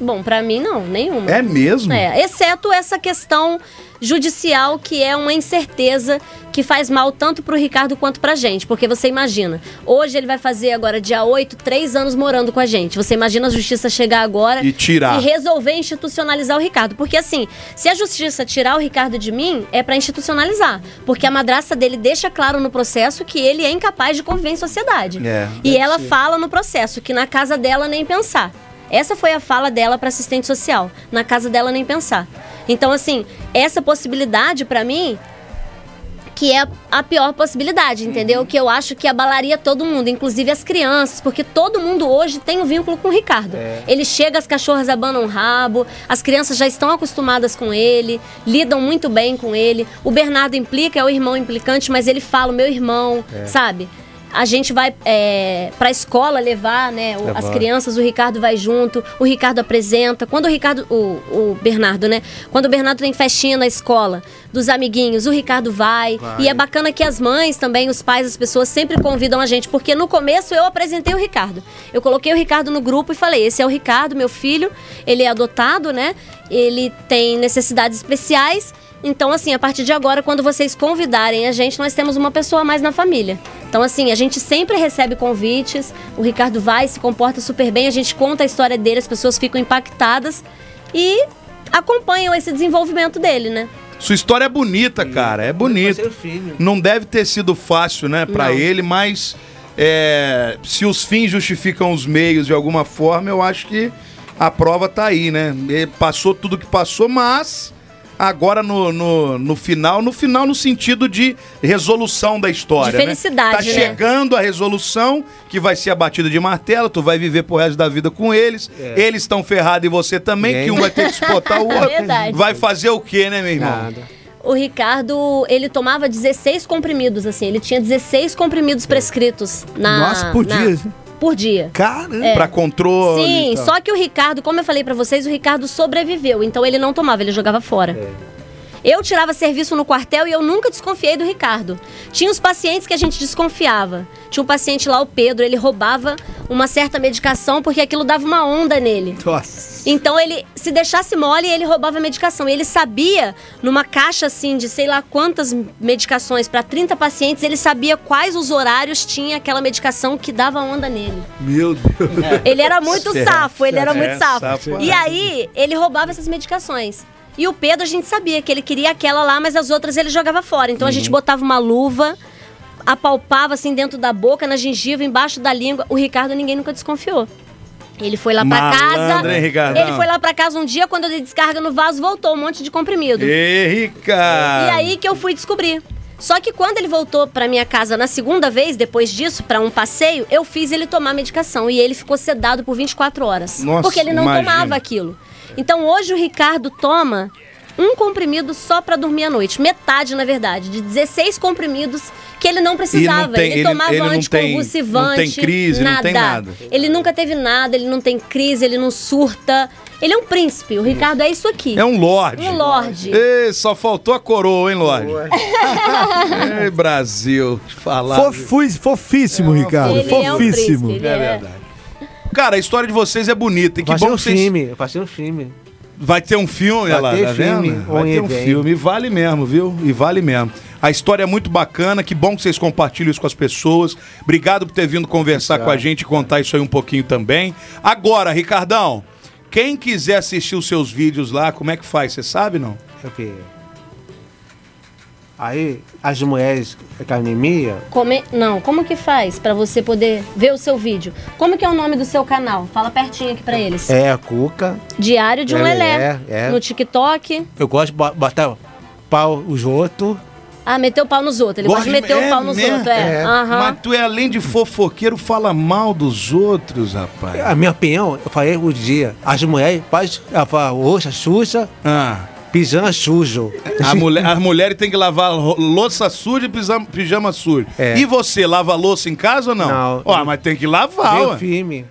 [SPEAKER 6] Bom, pra mim não, nenhuma.
[SPEAKER 3] É mesmo?
[SPEAKER 6] É, exceto essa questão judicial que é uma incerteza que faz mal tanto pro Ricardo quanto pra gente, porque você imagina, hoje ele vai fazer agora dia 8, três anos morando com a gente. Você imagina a justiça chegar agora
[SPEAKER 3] E tirar.
[SPEAKER 6] e resolver institucionalizar o Ricardo, porque assim, se a justiça tirar o Ricardo de mim, é pra institucionalizar, porque a madraça dele deixa claro no processo que ele é incapaz de conviver em sociedade.
[SPEAKER 3] É,
[SPEAKER 6] e ela fala no processo que na casa dela nem pensar. Essa foi a fala dela para assistente social. Na casa dela nem pensar. Então, assim, essa possibilidade para mim que é a pior possibilidade, entendeu? Que eu acho que abalaria todo mundo, inclusive as crianças, porque todo mundo hoje tem um vínculo com o Ricardo. Ele chega, as cachorras abanam o rabo, as crianças já estão acostumadas com ele, lidam muito bem com ele. O Bernardo implica, é o irmão implicante, mas ele fala, meu irmão, sabe? A gente vai é, pra escola levar, né, o- as crianças, o Ricardo vai junto, o Ricardo apresenta. Quando o Ricardo, o, o Bernardo, né? Quando o Bernardo tem festinha na escola dos amiguinhos, o Ricardo vai. E é bacana que as mães também, os pais, as pessoas sempre convidam a gente, porque no começo eu apresentei o Ricardo. Eu coloquei o Ricardo no grupo e falei: esse é o Ricardo, meu filho, ele é adotado, né? Ele tem necessidades especiais. Então, assim, a partir de agora, quando vocês convidarem a gente, nós temos uma pessoa a mais na família. Então, assim, a gente sempre recebe convites, o Ricardo vai, se comporta super bem, a gente conta a história dele, as pessoas ficam impactadas e acompanham esse desenvolvimento dele, né?
[SPEAKER 3] Sua história é bonita, cara. É bonita.
[SPEAKER 5] Fazer um o filho.
[SPEAKER 3] Não deve ter sido fácil, né, pra
[SPEAKER 6] Não.
[SPEAKER 3] ele, mas é, se os fins justificam os meios de alguma forma, eu acho que a prova tá aí, né? Ele passou tudo que passou, mas agora no, no, no final, no final no sentido de resolução da história,
[SPEAKER 6] De
[SPEAKER 3] né?
[SPEAKER 6] felicidade,
[SPEAKER 3] Tá
[SPEAKER 6] né?
[SPEAKER 3] chegando a resolução, que vai ser a batida de martelo, tu vai viver pro resto da vida com eles, eles estão ferrados e você também,
[SPEAKER 5] É. Ninguém.
[SPEAKER 3] que um vai ter que disputar o outro.
[SPEAKER 6] Verdade.
[SPEAKER 3] Vai fazer o quê, né, meu irmão?
[SPEAKER 5] Nada.
[SPEAKER 6] O Ricardo, ele tomava 16 comprimidos, assim, ele tinha 16 comprimidos prescritos na.
[SPEAKER 8] Nossa, por
[SPEAKER 6] na-
[SPEAKER 8] dia?
[SPEAKER 6] Por dia. É.
[SPEAKER 8] Caramba.
[SPEAKER 3] Pra controle.
[SPEAKER 6] Sim,
[SPEAKER 3] e tal.
[SPEAKER 6] só que o Ricardo, como eu falei pra vocês, o Ricardo sobreviveu, então ele não tomava, ele jogava fora.
[SPEAKER 3] É.
[SPEAKER 6] Eu tirava serviço no quartel e eu nunca desconfiei do Ricardo. Tinha os pacientes que a gente desconfiava. Tinha um paciente lá, o Pedro, ele roubava uma certa medicação porque aquilo dava uma onda nele.
[SPEAKER 8] Nossa.
[SPEAKER 6] Então ele, se deixasse mole, ele roubava a medicação. E ele sabia, numa caixa assim de sei lá quantas medicações para 30 pacientes, ele sabia quais os horários tinha aquela medicação que dava onda nele.
[SPEAKER 8] Meu Deus.
[SPEAKER 6] Ele era muito safo, ele era muito
[SPEAKER 3] É,
[SPEAKER 6] safo.
[SPEAKER 3] safo.
[SPEAKER 6] E aí, ele roubava essas medicações. E o Pedro, a gente sabia que ele queria aquela lá, mas as outras ele jogava fora. Então a
[SPEAKER 3] Uhum.
[SPEAKER 6] gente botava uma luva, apalpava assim dentro da boca, na gengiva, embaixo da língua. O Ricardo, ninguém nunca desconfiou. Ele foi lá pra
[SPEAKER 3] Malandro,
[SPEAKER 6] casa.
[SPEAKER 3] hein, Ricardão?
[SPEAKER 6] ele foi lá pra casa um dia, quando eu dei descarga no vaso, voltou um monte de comprimido.
[SPEAKER 3] Ê, Ricardo!
[SPEAKER 6] E aí que eu fui descobrir. Só que quando ele voltou pra minha casa na segunda vez, depois disso, pra um passeio, eu fiz ele tomar medicação e ele ficou sedado por 24 horas.
[SPEAKER 3] Nossa,
[SPEAKER 6] porque ele não
[SPEAKER 3] imagina.
[SPEAKER 6] tomava aquilo. Então hoje o Ricardo toma um comprimido só pra dormir à noite. Metade, na verdade, de 16 comprimidos que ele não precisava.
[SPEAKER 3] E não tem-
[SPEAKER 6] ele,
[SPEAKER 3] ele-
[SPEAKER 6] tomava
[SPEAKER 3] ele não tem-
[SPEAKER 6] anticonvulsivante.
[SPEAKER 3] não tem crise, não tem nada.
[SPEAKER 6] Ele nunca teve nada, ele não tem crise, ele não surta. Ele é um príncipe. O Ricardo é isso aqui.
[SPEAKER 3] É um lorde.
[SPEAKER 6] Um lorde.
[SPEAKER 3] Ê, só faltou a coroa, hein, Lorde? Ei, Brasil, te falar.
[SPEAKER 4] Fofu- fofíssimo, Ricardo.
[SPEAKER 6] Ele é um
[SPEAKER 4] fofíssimo.
[SPEAKER 6] príncipe. Ele é,
[SPEAKER 3] Cara, a história de vocês é bonita. E que
[SPEAKER 5] Vai ser
[SPEAKER 3] bom
[SPEAKER 5] um
[SPEAKER 3] que vocês...
[SPEAKER 5] filme. Vai ser um filme.
[SPEAKER 3] Vai ter um filme,
[SPEAKER 5] Vai
[SPEAKER 3] olha lá,
[SPEAKER 5] ter
[SPEAKER 3] tá
[SPEAKER 5] filme,
[SPEAKER 3] vendo? Vai
[SPEAKER 5] um
[SPEAKER 3] ter um
[SPEAKER 5] evento.
[SPEAKER 3] filme. E vale mesmo, viu? E vale mesmo. A história é muito bacana, que bom que vocês compartilham isso com as pessoas. Obrigado por ter vindo conversar com a gente e contar isso aí um pouquinho também. Agora, Ricardão, quem quiser assistir os seus vídeos lá, como é que faz? Você sabe, não?
[SPEAKER 5] Deixa eu ver. É Aí, as mulheres com anemia,
[SPEAKER 6] Come- Não, como que faz pra você poder ver o seu vídeo? Como que é o nome do seu canal? Fala pertinho aqui pra eles.
[SPEAKER 5] é a cuca.
[SPEAKER 6] Diário de um
[SPEAKER 5] Lelé,
[SPEAKER 6] Lelé.
[SPEAKER 5] é.
[SPEAKER 6] No TikTok.
[SPEAKER 5] Eu gosto de bo- botar pau os outros.
[SPEAKER 6] Ah, meteu o pau nos outros. Ele
[SPEAKER 3] Gosta
[SPEAKER 6] gosta de meter
[SPEAKER 3] é
[SPEAKER 6] o pau nos
[SPEAKER 3] mesmo?
[SPEAKER 6] outros. É.
[SPEAKER 5] É.
[SPEAKER 6] Aham.
[SPEAKER 3] Mas tu é além de fofoqueiro, fala mal dos outros, rapaz.
[SPEAKER 5] A minha opinião, eu falei o dia. As mulheres fazem ela fala, oxa, xuxa,
[SPEAKER 3] Ah.
[SPEAKER 5] pisando sujo.
[SPEAKER 3] A mulher, as mulheres têm que lavar ro- louça suja e pisa- pijama sujo.
[SPEAKER 5] É.
[SPEAKER 3] E você, lava louça em casa ou não?
[SPEAKER 5] Não.
[SPEAKER 3] Ó, mas tem que lavar,
[SPEAKER 5] Bem
[SPEAKER 3] ué.
[SPEAKER 5] firme.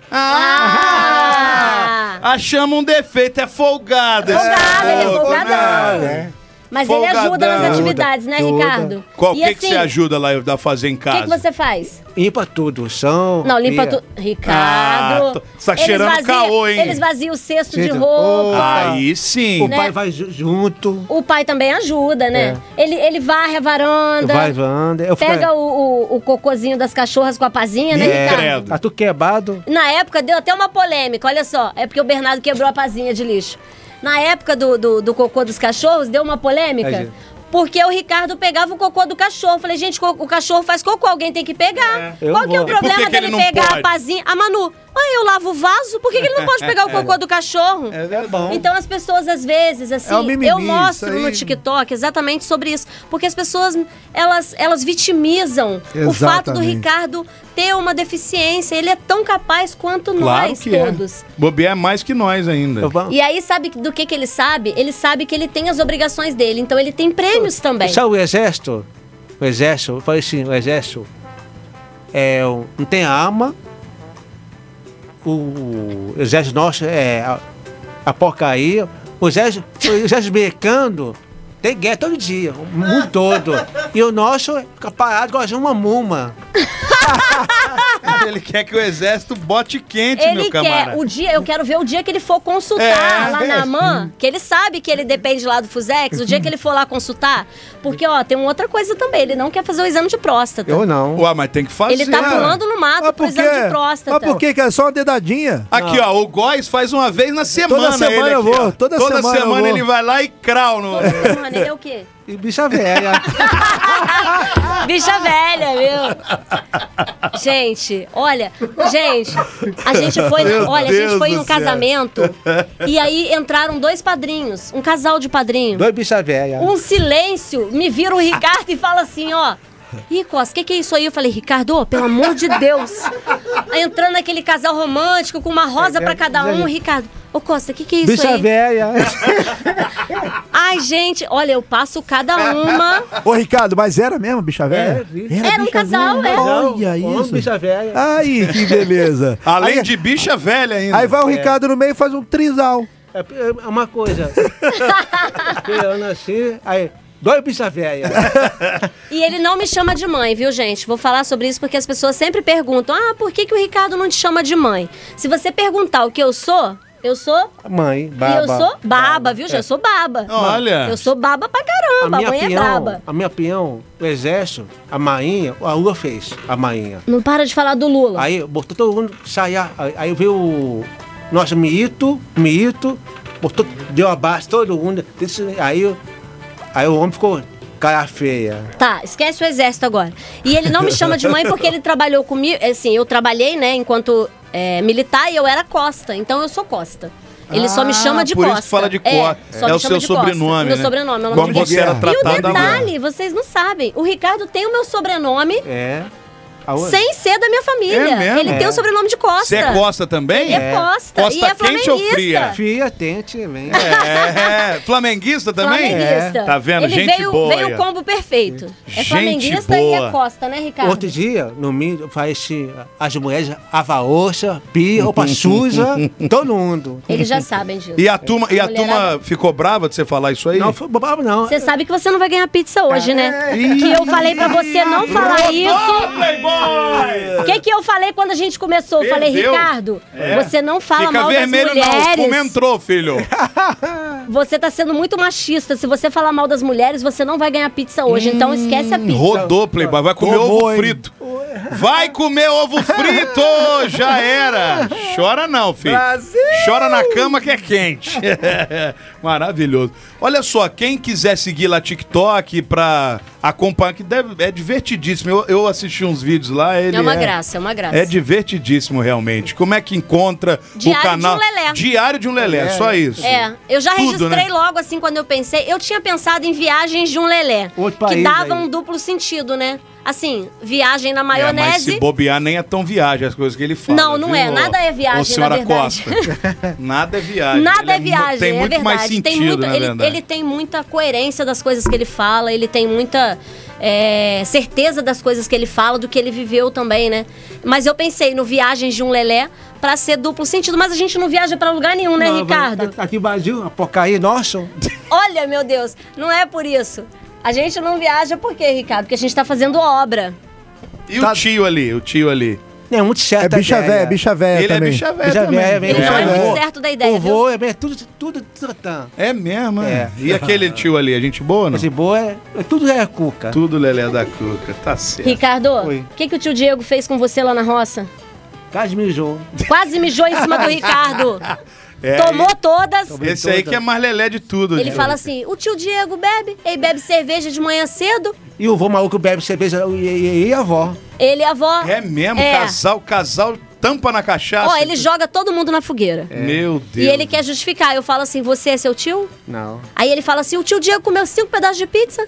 [SPEAKER 3] Ah! Achamos um defeito, é folgado. esse
[SPEAKER 6] Folgado, ele é
[SPEAKER 3] povo, né?
[SPEAKER 6] folgadão. Mas ele ajuda nas
[SPEAKER 3] Folgadão.
[SPEAKER 6] atividades, né,
[SPEAKER 5] Ajuda.
[SPEAKER 6] Ricardo?
[SPEAKER 3] Qual
[SPEAKER 6] E
[SPEAKER 3] que, que
[SPEAKER 6] assim,
[SPEAKER 3] você ajuda lá eu- a fazer em
[SPEAKER 6] O
[SPEAKER 3] casa?
[SPEAKER 6] que, que você faz?
[SPEAKER 5] Limpa tudo, chão.
[SPEAKER 6] Não, limpa
[SPEAKER 5] pia.
[SPEAKER 6] tudo. Ricardo.
[SPEAKER 3] Ah, tô- tá cheirando caô, hein? Ah,
[SPEAKER 6] Eles vaziam o cesto de
[SPEAKER 5] Gente,
[SPEAKER 6] roupa.
[SPEAKER 3] Aí sim.
[SPEAKER 5] O
[SPEAKER 6] Né?
[SPEAKER 5] pai vai ju- junto,
[SPEAKER 6] O pai também ajuda, né?
[SPEAKER 5] É.
[SPEAKER 6] Ele, ele varre a varanda.
[SPEAKER 5] vai vanda. Eu fico-
[SPEAKER 6] Pega o, o, o cocôzinho das cachorras com a pazinha, né,
[SPEAKER 3] Me
[SPEAKER 6] Ricardo?
[SPEAKER 3] credo.
[SPEAKER 5] Tá tudo quebrado.
[SPEAKER 6] Na época deu até uma polêmica, olha só. É porque o Bernardo quebrou a pazinha de lixo. Na época do, do, do cocô dos cachorros, deu uma polêmica.
[SPEAKER 5] É, gente.
[SPEAKER 6] porque o Ricardo pegava o cocô do cachorro. Falei, gente, co- o cachorro faz cocô, alguém tem que pegar.
[SPEAKER 5] É, eu
[SPEAKER 6] Qual que é o
[SPEAKER 5] vou. E
[SPEAKER 3] por
[SPEAKER 6] problema
[SPEAKER 3] que que ele
[SPEAKER 6] dele
[SPEAKER 3] não
[SPEAKER 6] pegar
[SPEAKER 3] pode?
[SPEAKER 6] a pazinha? A Manu, ah, eu lavo o vaso, por que, que ele não pode pegar o cocô do cachorro?
[SPEAKER 5] É bom. um
[SPEAKER 6] Então as pessoas às vezes assim,
[SPEAKER 8] É o mimimi,
[SPEAKER 6] eu
[SPEAKER 8] isso
[SPEAKER 6] mostro
[SPEAKER 8] aí.
[SPEAKER 6] no TikTok exatamente sobre isso, porque as pessoas elas elas vitimizam o fato do
[SPEAKER 8] Exatamente.
[SPEAKER 6] Ricardo ter uma deficiência, ele é tão capaz quanto
[SPEAKER 3] Claro
[SPEAKER 6] nós
[SPEAKER 3] que
[SPEAKER 6] todos.
[SPEAKER 3] é. Bobear é mais que nós ainda.
[SPEAKER 5] Eu vou-
[SPEAKER 6] E aí sabe do que que ele sabe? Ele sabe que ele tem as obrigações dele, então ele tem prêmios também.
[SPEAKER 5] Sabe o exército? O exército, eu falei assim, o exército é, o- não tem arma. O, o exército nosso é a, a porcaria. O exército, o exército americano tem guerra todo dia, o mundo todo. E o nosso fica parado igual uma muma.
[SPEAKER 3] Ele quer que o exército bote quente,
[SPEAKER 6] Ele
[SPEAKER 3] meu
[SPEAKER 6] quer
[SPEAKER 3] camarada.
[SPEAKER 6] o dia, eu quero ver o dia que ele for
[SPEAKER 3] É,
[SPEAKER 6] consultar lá na AMAN, que ele sabe que ele depende lá do Fusex, o dia que ele for lá consultar, porque ó, tem uma outra coisa também, ele não quer fazer o exame de próstata.
[SPEAKER 5] Eu não.
[SPEAKER 3] Ué, mas tem que fazer.
[SPEAKER 6] Ele tá pulando no mato pro exame de próstata.
[SPEAKER 8] Mas por quê? Que é só uma dedadinha.
[SPEAKER 3] Aqui, ó, o Góis faz uma vez na semana.
[SPEAKER 8] semana
[SPEAKER 3] ele aqui,
[SPEAKER 8] eu vou,
[SPEAKER 3] ó.
[SPEAKER 8] toda semana eu vou.
[SPEAKER 3] ele vai lá e crau no.
[SPEAKER 6] Toda semana ele é o quê?
[SPEAKER 5] E bicha velha.
[SPEAKER 6] Bicha velha, viu? Gente, olha, gente, a gente foi, olha, a gente
[SPEAKER 8] Deus
[SPEAKER 6] foi em
[SPEAKER 8] do
[SPEAKER 6] um
[SPEAKER 8] céu.
[SPEAKER 6] casamento e aí entraram dois padrinhos, um casal de padrinho.
[SPEAKER 5] Dois bicha velha.
[SPEAKER 6] Um silêncio, me vira o Ricardo e fala assim, ó. Ih, Costa, o que, que é isso aí? Eu falei, Ricardo, pelo amor de Deus. Entrando aquele casal romântico com uma rosa pra cada um, Ricardo. Ô, Costa, o que, que é isso
[SPEAKER 5] Bicha
[SPEAKER 6] aí?
[SPEAKER 5] velha.
[SPEAKER 6] Ai, gente, olha, eu passo cada uma.
[SPEAKER 8] Ô, Ricardo, mas era mesmo, bicha velha?
[SPEAKER 6] Era um
[SPEAKER 8] bicha
[SPEAKER 6] casal,
[SPEAKER 8] velha?
[SPEAKER 6] é.
[SPEAKER 8] Olha
[SPEAKER 5] Um
[SPEAKER 8] isso.
[SPEAKER 5] bicha velha.
[SPEAKER 8] Aí, que beleza.
[SPEAKER 3] Além
[SPEAKER 8] aí,
[SPEAKER 3] de bicha velha ainda.
[SPEAKER 8] aí vai o Ricardo no meio e faz um trisal.
[SPEAKER 5] É é uma coisa. Esperando assim, aí, dois bicha velha.
[SPEAKER 6] E ele não me chama de mãe, viu, gente? Vou falar sobre isso porque as pessoas sempre perguntam: ah, por que, que o Ricardo não te chama de mãe? Se você perguntar o que eu sou, eu sou.
[SPEAKER 5] Mãe,
[SPEAKER 6] E
[SPEAKER 5] baba.
[SPEAKER 6] eu sou baba, viu, gente? Eu sou baba.
[SPEAKER 3] Olha.
[SPEAKER 6] Eu sou baba pra caramba, a, mãe é braba.
[SPEAKER 5] a minha peão, o exército, a mainha, a lua fez, a mainha.
[SPEAKER 6] Não para de falar do Lula.
[SPEAKER 5] Aí botou todo mundo saia, aí, aí veio o nosso miito, miito, botou, deu abaixo todo mundo. disse- Aí, o- aí o homem ficou cara feia.
[SPEAKER 6] Tá, esquece o exército agora. E ele não me chama de mãe porque ele trabalhou comigo. Assim, eu trabalhei, né, enquanto é, militar e eu era Costa. Então eu sou Costa. Ele só me chama de
[SPEAKER 3] Ah, por isso
[SPEAKER 6] Costa.
[SPEAKER 3] que fala de Costa.
[SPEAKER 6] só
[SPEAKER 3] É
[SPEAKER 6] me
[SPEAKER 3] o
[SPEAKER 6] chama
[SPEAKER 3] seu
[SPEAKER 6] de Costa.
[SPEAKER 3] sobrenome,
[SPEAKER 6] Meu
[SPEAKER 3] né?
[SPEAKER 6] sobrenome, meu
[SPEAKER 3] Como
[SPEAKER 6] nome
[SPEAKER 3] você era
[SPEAKER 6] E o
[SPEAKER 3] tratada lá.
[SPEAKER 6] detalhe, vocês não sabem. O Ricardo tem o meu sobrenome
[SPEAKER 5] É. A outra-
[SPEAKER 6] sem ser da minha família.
[SPEAKER 3] É mesmo?
[SPEAKER 6] Ele
[SPEAKER 3] É.
[SPEAKER 6] tem o sobrenome de Costa.
[SPEAKER 3] Você é Costa também?
[SPEAKER 6] Ele é Costa.
[SPEAKER 3] Costa
[SPEAKER 6] e é
[SPEAKER 3] quente ou
[SPEAKER 6] flamenguista.
[SPEAKER 3] fria?
[SPEAKER 5] Fia, tente, vem.
[SPEAKER 3] É. Flamenguista também?
[SPEAKER 6] Flamenguista.
[SPEAKER 3] É. Tá vendo?
[SPEAKER 6] Ele
[SPEAKER 3] gente
[SPEAKER 6] veio,
[SPEAKER 3] boa.
[SPEAKER 6] veio
[SPEAKER 3] aí,
[SPEAKER 6] o
[SPEAKER 3] ó.
[SPEAKER 6] combo perfeito. É
[SPEAKER 3] Gente
[SPEAKER 6] flamenguista e
[SPEAKER 3] boa.
[SPEAKER 6] é Costa, né, Ricardo?
[SPEAKER 5] Outro dia, no mínimo, faz assim, as mulheres, Ava Oxa, Pia, Opa Suja, todo mundo.
[SPEAKER 6] Eles já sabem disso.
[SPEAKER 3] E a turma, e a
[SPEAKER 6] Mulherada.
[SPEAKER 3] turma ficou brava de você falar isso aí?
[SPEAKER 5] Não foi bobagem, não.
[SPEAKER 6] Você sabe que você não vai ganhar pizza hoje, né?
[SPEAKER 3] É.
[SPEAKER 6] Que eu falei pra você não falar isso.
[SPEAKER 3] Playboy!
[SPEAKER 6] O que, que eu falei quando a gente começou? Eu falei,
[SPEAKER 3] Perdeu. É.
[SPEAKER 6] Ricardo, você não fala
[SPEAKER 3] Fica
[SPEAKER 6] mal das
[SPEAKER 3] vermelho não, o
[SPEAKER 6] mulheres.
[SPEAKER 3] Então, fumo entrou, filho.
[SPEAKER 6] Você tá sendo muito machista. Se você falar mal das mulheres, você não vai ganhar pizza hoje.
[SPEAKER 3] Hum,
[SPEAKER 6] então esquece a pizza.
[SPEAKER 3] Rodou, Playboy. Vai comer
[SPEAKER 8] Tomou,
[SPEAKER 3] ovo
[SPEAKER 8] hein?
[SPEAKER 3] frito. Vai comer ovo frito! Já era! Chora não, filho. Chora na cama que é quente. Maravilhoso. Olha só, quem quiser seguir lá TikTok pra acompanhar, que deve- é divertidíssimo. Eu, eu assisti uns vídeos lá. Ele
[SPEAKER 6] É uma graça, é uma graça.
[SPEAKER 3] É divertidíssimo, realmente. Como é que encontra o
[SPEAKER 6] Diário de um
[SPEAKER 3] canal?
[SPEAKER 6] Lelé.
[SPEAKER 3] Diário de um Lelé, só isso.
[SPEAKER 6] É, eu já
[SPEAKER 3] Tudo,
[SPEAKER 6] registrei
[SPEAKER 3] né?
[SPEAKER 6] logo assim quando eu pensei. Eu tinha pensado em viagens de um lelé.
[SPEAKER 5] Outro
[SPEAKER 6] que
[SPEAKER 5] país
[SPEAKER 6] dava
[SPEAKER 5] aí.
[SPEAKER 6] um duplo sentido, né? Assim, viagem na
[SPEAKER 3] É, mas
[SPEAKER 6] maionese.
[SPEAKER 3] se bobear nem é tão viagem as coisas que ele fala.
[SPEAKER 6] Não, não
[SPEAKER 3] viu,
[SPEAKER 6] é. Nada é viagem,
[SPEAKER 3] ô,
[SPEAKER 6] na
[SPEAKER 3] senhora
[SPEAKER 6] verdade.
[SPEAKER 3] Costa. Nada é viagem. Ele
[SPEAKER 6] Nada é
[SPEAKER 3] mu-
[SPEAKER 6] viagem,
[SPEAKER 3] Tem
[SPEAKER 6] é
[SPEAKER 3] muito
[SPEAKER 6] verdade.
[SPEAKER 3] mais sentido,
[SPEAKER 6] tem muito,
[SPEAKER 3] né,
[SPEAKER 6] ele,
[SPEAKER 3] Leandro?
[SPEAKER 6] ele tem muita coerência das coisas que ele fala, ele tem muita é, certeza das coisas que ele fala, do que ele viveu também, né? Mas eu pensei no Viagens de um Lelé pra ser duplo sentido, mas a gente não viaja pra lugar nenhum, né,
[SPEAKER 5] Não,
[SPEAKER 6] Ricardo?
[SPEAKER 5] tá- Aqui no Brasil, uma porcaria nossa.
[SPEAKER 6] Olha, meu Deus, não é por isso. A gente não viaja por quê, Ricardo? Porque a gente tá fazendo obra.
[SPEAKER 3] E o tio ali, o tio ali.
[SPEAKER 5] É muito
[SPEAKER 8] É
[SPEAKER 5] certo. né?
[SPEAKER 8] bicha véia, é bicha véia
[SPEAKER 3] ele
[SPEAKER 8] também.
[SPEAKER 3] é bicha velha
[SPEAKER 5] Bicha
[SPEAKER 3] também.
[SPEAKER 5] véia,
[SPEAKER 6] Ele não é
[SPEAKER 5] bicha
[SPEAKER 6] muito
[SPEAKER 5] véia.
[SPEAKER 6] certo da ideia,
[SPEAKER 5] O
[SPEAKER 6] viu?
[SPEAKER 5] vô é bem- tudo, tudo tratando.
[SPEAKER 3] É mesmo, é.
[SPEAKER 5] É.
[SPEAKER 3] E aquele tio ali, a gente boa, não?
[SPEAKER 5] Esse boa é, é tudo é cuca.
[SPEAKER 3] Tudo Lelé da Cuca, tá certo.
[SPEAKER 6] Ricardo,
[SPEAKER 5] Oi.
[SPEAKER 6] o que, que o tio Diego fez com você lá na roça?
[SPEAKER 5] Quase mijou.
[SPEAKER 6] Quase mijou em cima do Ricardo.
[SPEAKER 3] É,
[SPEAKER 6] Tomou todas.
[SPEAKER 3] Esse aí que é mais Lelé de tudo.
[SPEAKER 6] Ele
[SPEAKER 3] né?
[SPEAKER 6] fala assim: o tio Diego bebe, ele bebe cerveja de manhã cedo,
[SPEAKER 5] E o vô maluco bebe cerveja e, e- e a avó.
[SPEAKER 6] ele e a avó.
[SPEAKER 3] É mesmo,
[SPEAKER 6] É.
[SPEAKER 3] casal, casal tampa na cachaça.
[SPEAKER 6] Ó, ele joga todo mundo na fogueira.
[SPEAKER 3] Meu Deus.
[SPEAKER 6] É. E ele quer justificar. Eu falo assim: você é seu tio?
[SPEAKER 5] Não.
[SPEAKER 6] Aí ele fala assim: o tio Diego comeu cinco pedaços de pizza.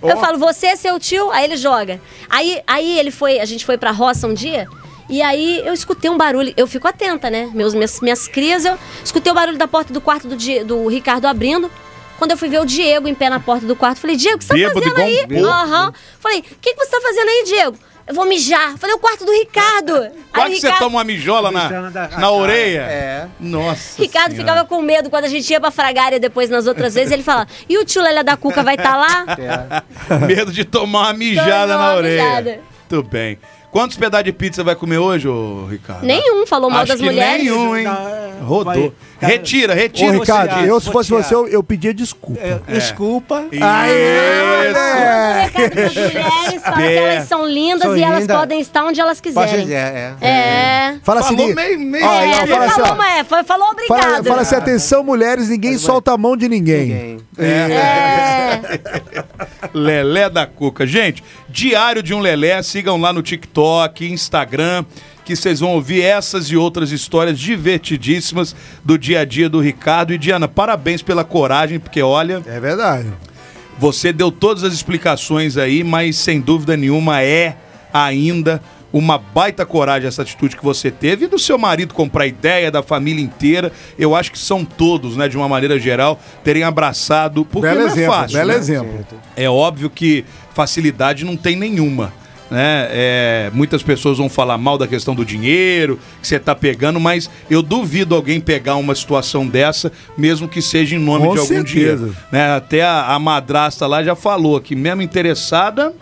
[SPEAKER 6] Eu falo, você é seu tio? Aí ele joga. Aí, aí ele foi, a gente foi pra roça um dia. E aí eu escutei um barulho, eu fico atenta, né? Meus, minhas, minhas crias, eu escutei o barulho da porta do quarto do, Di- do Ricardo abrindo. Quando eu fui ver o Diego em pé na porta do quarto, falei, Diego, o que você tá
[SPEAKER 3] Bêbado
[SPEAKER 6] fazendo
[SPEAKER 3] igual um
[SPEAKER 6] aí?
[SPEAKER 3] porco.
[SPEAKER 6] Aham. Falei, o que, que você tá fazendo aí, Diego? Eu vou mijar. Falei, o quarto do Ricardo.
[SPEAKER 3] Quase
[SPEAKER 6] aí o
[SPEAKER 3] que você
[SPEAKER 6] Ricardo,
[SPEAKER 3] toma uma mijola na,
[SPEAKER 5] Mijando da-
[SPEAKER 3] na orelha.
[SPEAKER 5] É.
[SPEAKER 3] Nossa
[SPEAKER 6] Ricardo
[SPEAKER 3] Senhora.
[SPEAKER 6] ficava com medo quando a gente ia pra fragária depois nas outras vezes. Ele falava, e o tio Lélia da Cuca vai estar lá?
[SPEAKER 3] Medo de tomar uma mijada na
[SPEAKER 6] Tomar uma
[SPEAKER 3] orelha.
[SPEAKER 6] mijada.
[SPEAKER 3] Muito bem. Quantos pedaços de pizza vai comer hoje, ô Ricardo?
[SPEAKER 6] Nenhum falou mal
[SPEAKER 3] Acho
[SPEAKER 6] das
[SPEAKER 3] que
[SPEAKER 6] mulheres.
[SPEAKER 3] Nenhum, hein?
[SPEAKER 5] Não, é,
[SPEAKER 3] Rodou.
[SPEAKER 5] vai-
[SPEAKER 3] retira,
[SPEAKER 8] Ô,
[SPEAKER 3] retira. o que
[SPEAKER 8] Ricardo,
[SPEAKER 3] você disse.
[SPEAKER 8] eu se fosse
[SPEAKER 5] Vou tirar.
[SPEAKER 8] você, eu, eu pedia desculpa.
[SPEAKER 5] É, Desculpa. Ah,
[SPEAKER 8] É.
[SPEAKER 3] Aê, isso.
[SPEAKER 6] O recado das mulheres fala que elas são lindas
[SPEAKER 5] São
[SPEAKER 6] e elas
[SPEAKER 5] linda.
[SPEAKER 6] podem estar onde elas
[SPEAKER 5] Pode
[SPEAKER 6] quiserem.
[SPEAKER 5] ser, é.
[SPEAKER 6] É. É.
[SPEAKER 8] Fala assim,
[SPEAKER 3] Falou
[SPEAKER 8] Ni-
[SPEAKER 3] meio, meio.
[SPEAKER 8] Ah,
[SPEAKER 6] É,
[SPEAKER 8] não,
[SPEAKER 6] não
[SPEAKER 8] fala assim,
[SPEAKER 6] falou, né?
[SPEAKER 8] ó.
[SPEAKER 6] mas é, foi- falou
[SPEAKER 8] Fala,
[SPEAKER 6] obrigado.
[SPEAKER 8] fala assim, atenção mulheres, ninguém solta a mão de ninguém.
[SPEAKER 6] É.
[SPEAKER 3] Lelé da Cuca. Gente, Diário de um Lelé, sigam lá no TikTok, Instagram, que vocês vão ouvir essas e outras histórias divertidíssimas do dia a dia do Ricardo. E Diana, parabéns pela coragem, porque olha,
[SPEAKER 8] É verdade.
[SPEAKER 3] você deu todas as explicações aí, mas sem dúvida nenhuma é ainda uma baita coragem essa atitude que você teve e do seu marido comprar ideia, da família inteira. Eu acho que são todos, né, de uma maneira geral, terem abraçado, porque
[SPEAKER 8] Belo
[SPEAKER 3] não é
[SPEAKER 8] exemplo,
[SPEAKER 3] fácil.
[SPEAKER 8] belo
[SPEAKER 3] né?
[SPEAKER 8] exemplo.
[SPEAKER 3] É óbvio que facilidade não tem nenhuma. Né? É, muitas pessoas vão falar mal da questão do dinheiro que você tá pegando, mas eu duvido alguém pegar uma situação dessa, mesmo que seja em nome
[SPEAKER 8] Com
[SPEAKER 3] de algum
[SPEAKER 8] certeza.
[SPEAKER 3] dinheiro. Né? Até a, a madrasta lá já falou que, mesmo interessada,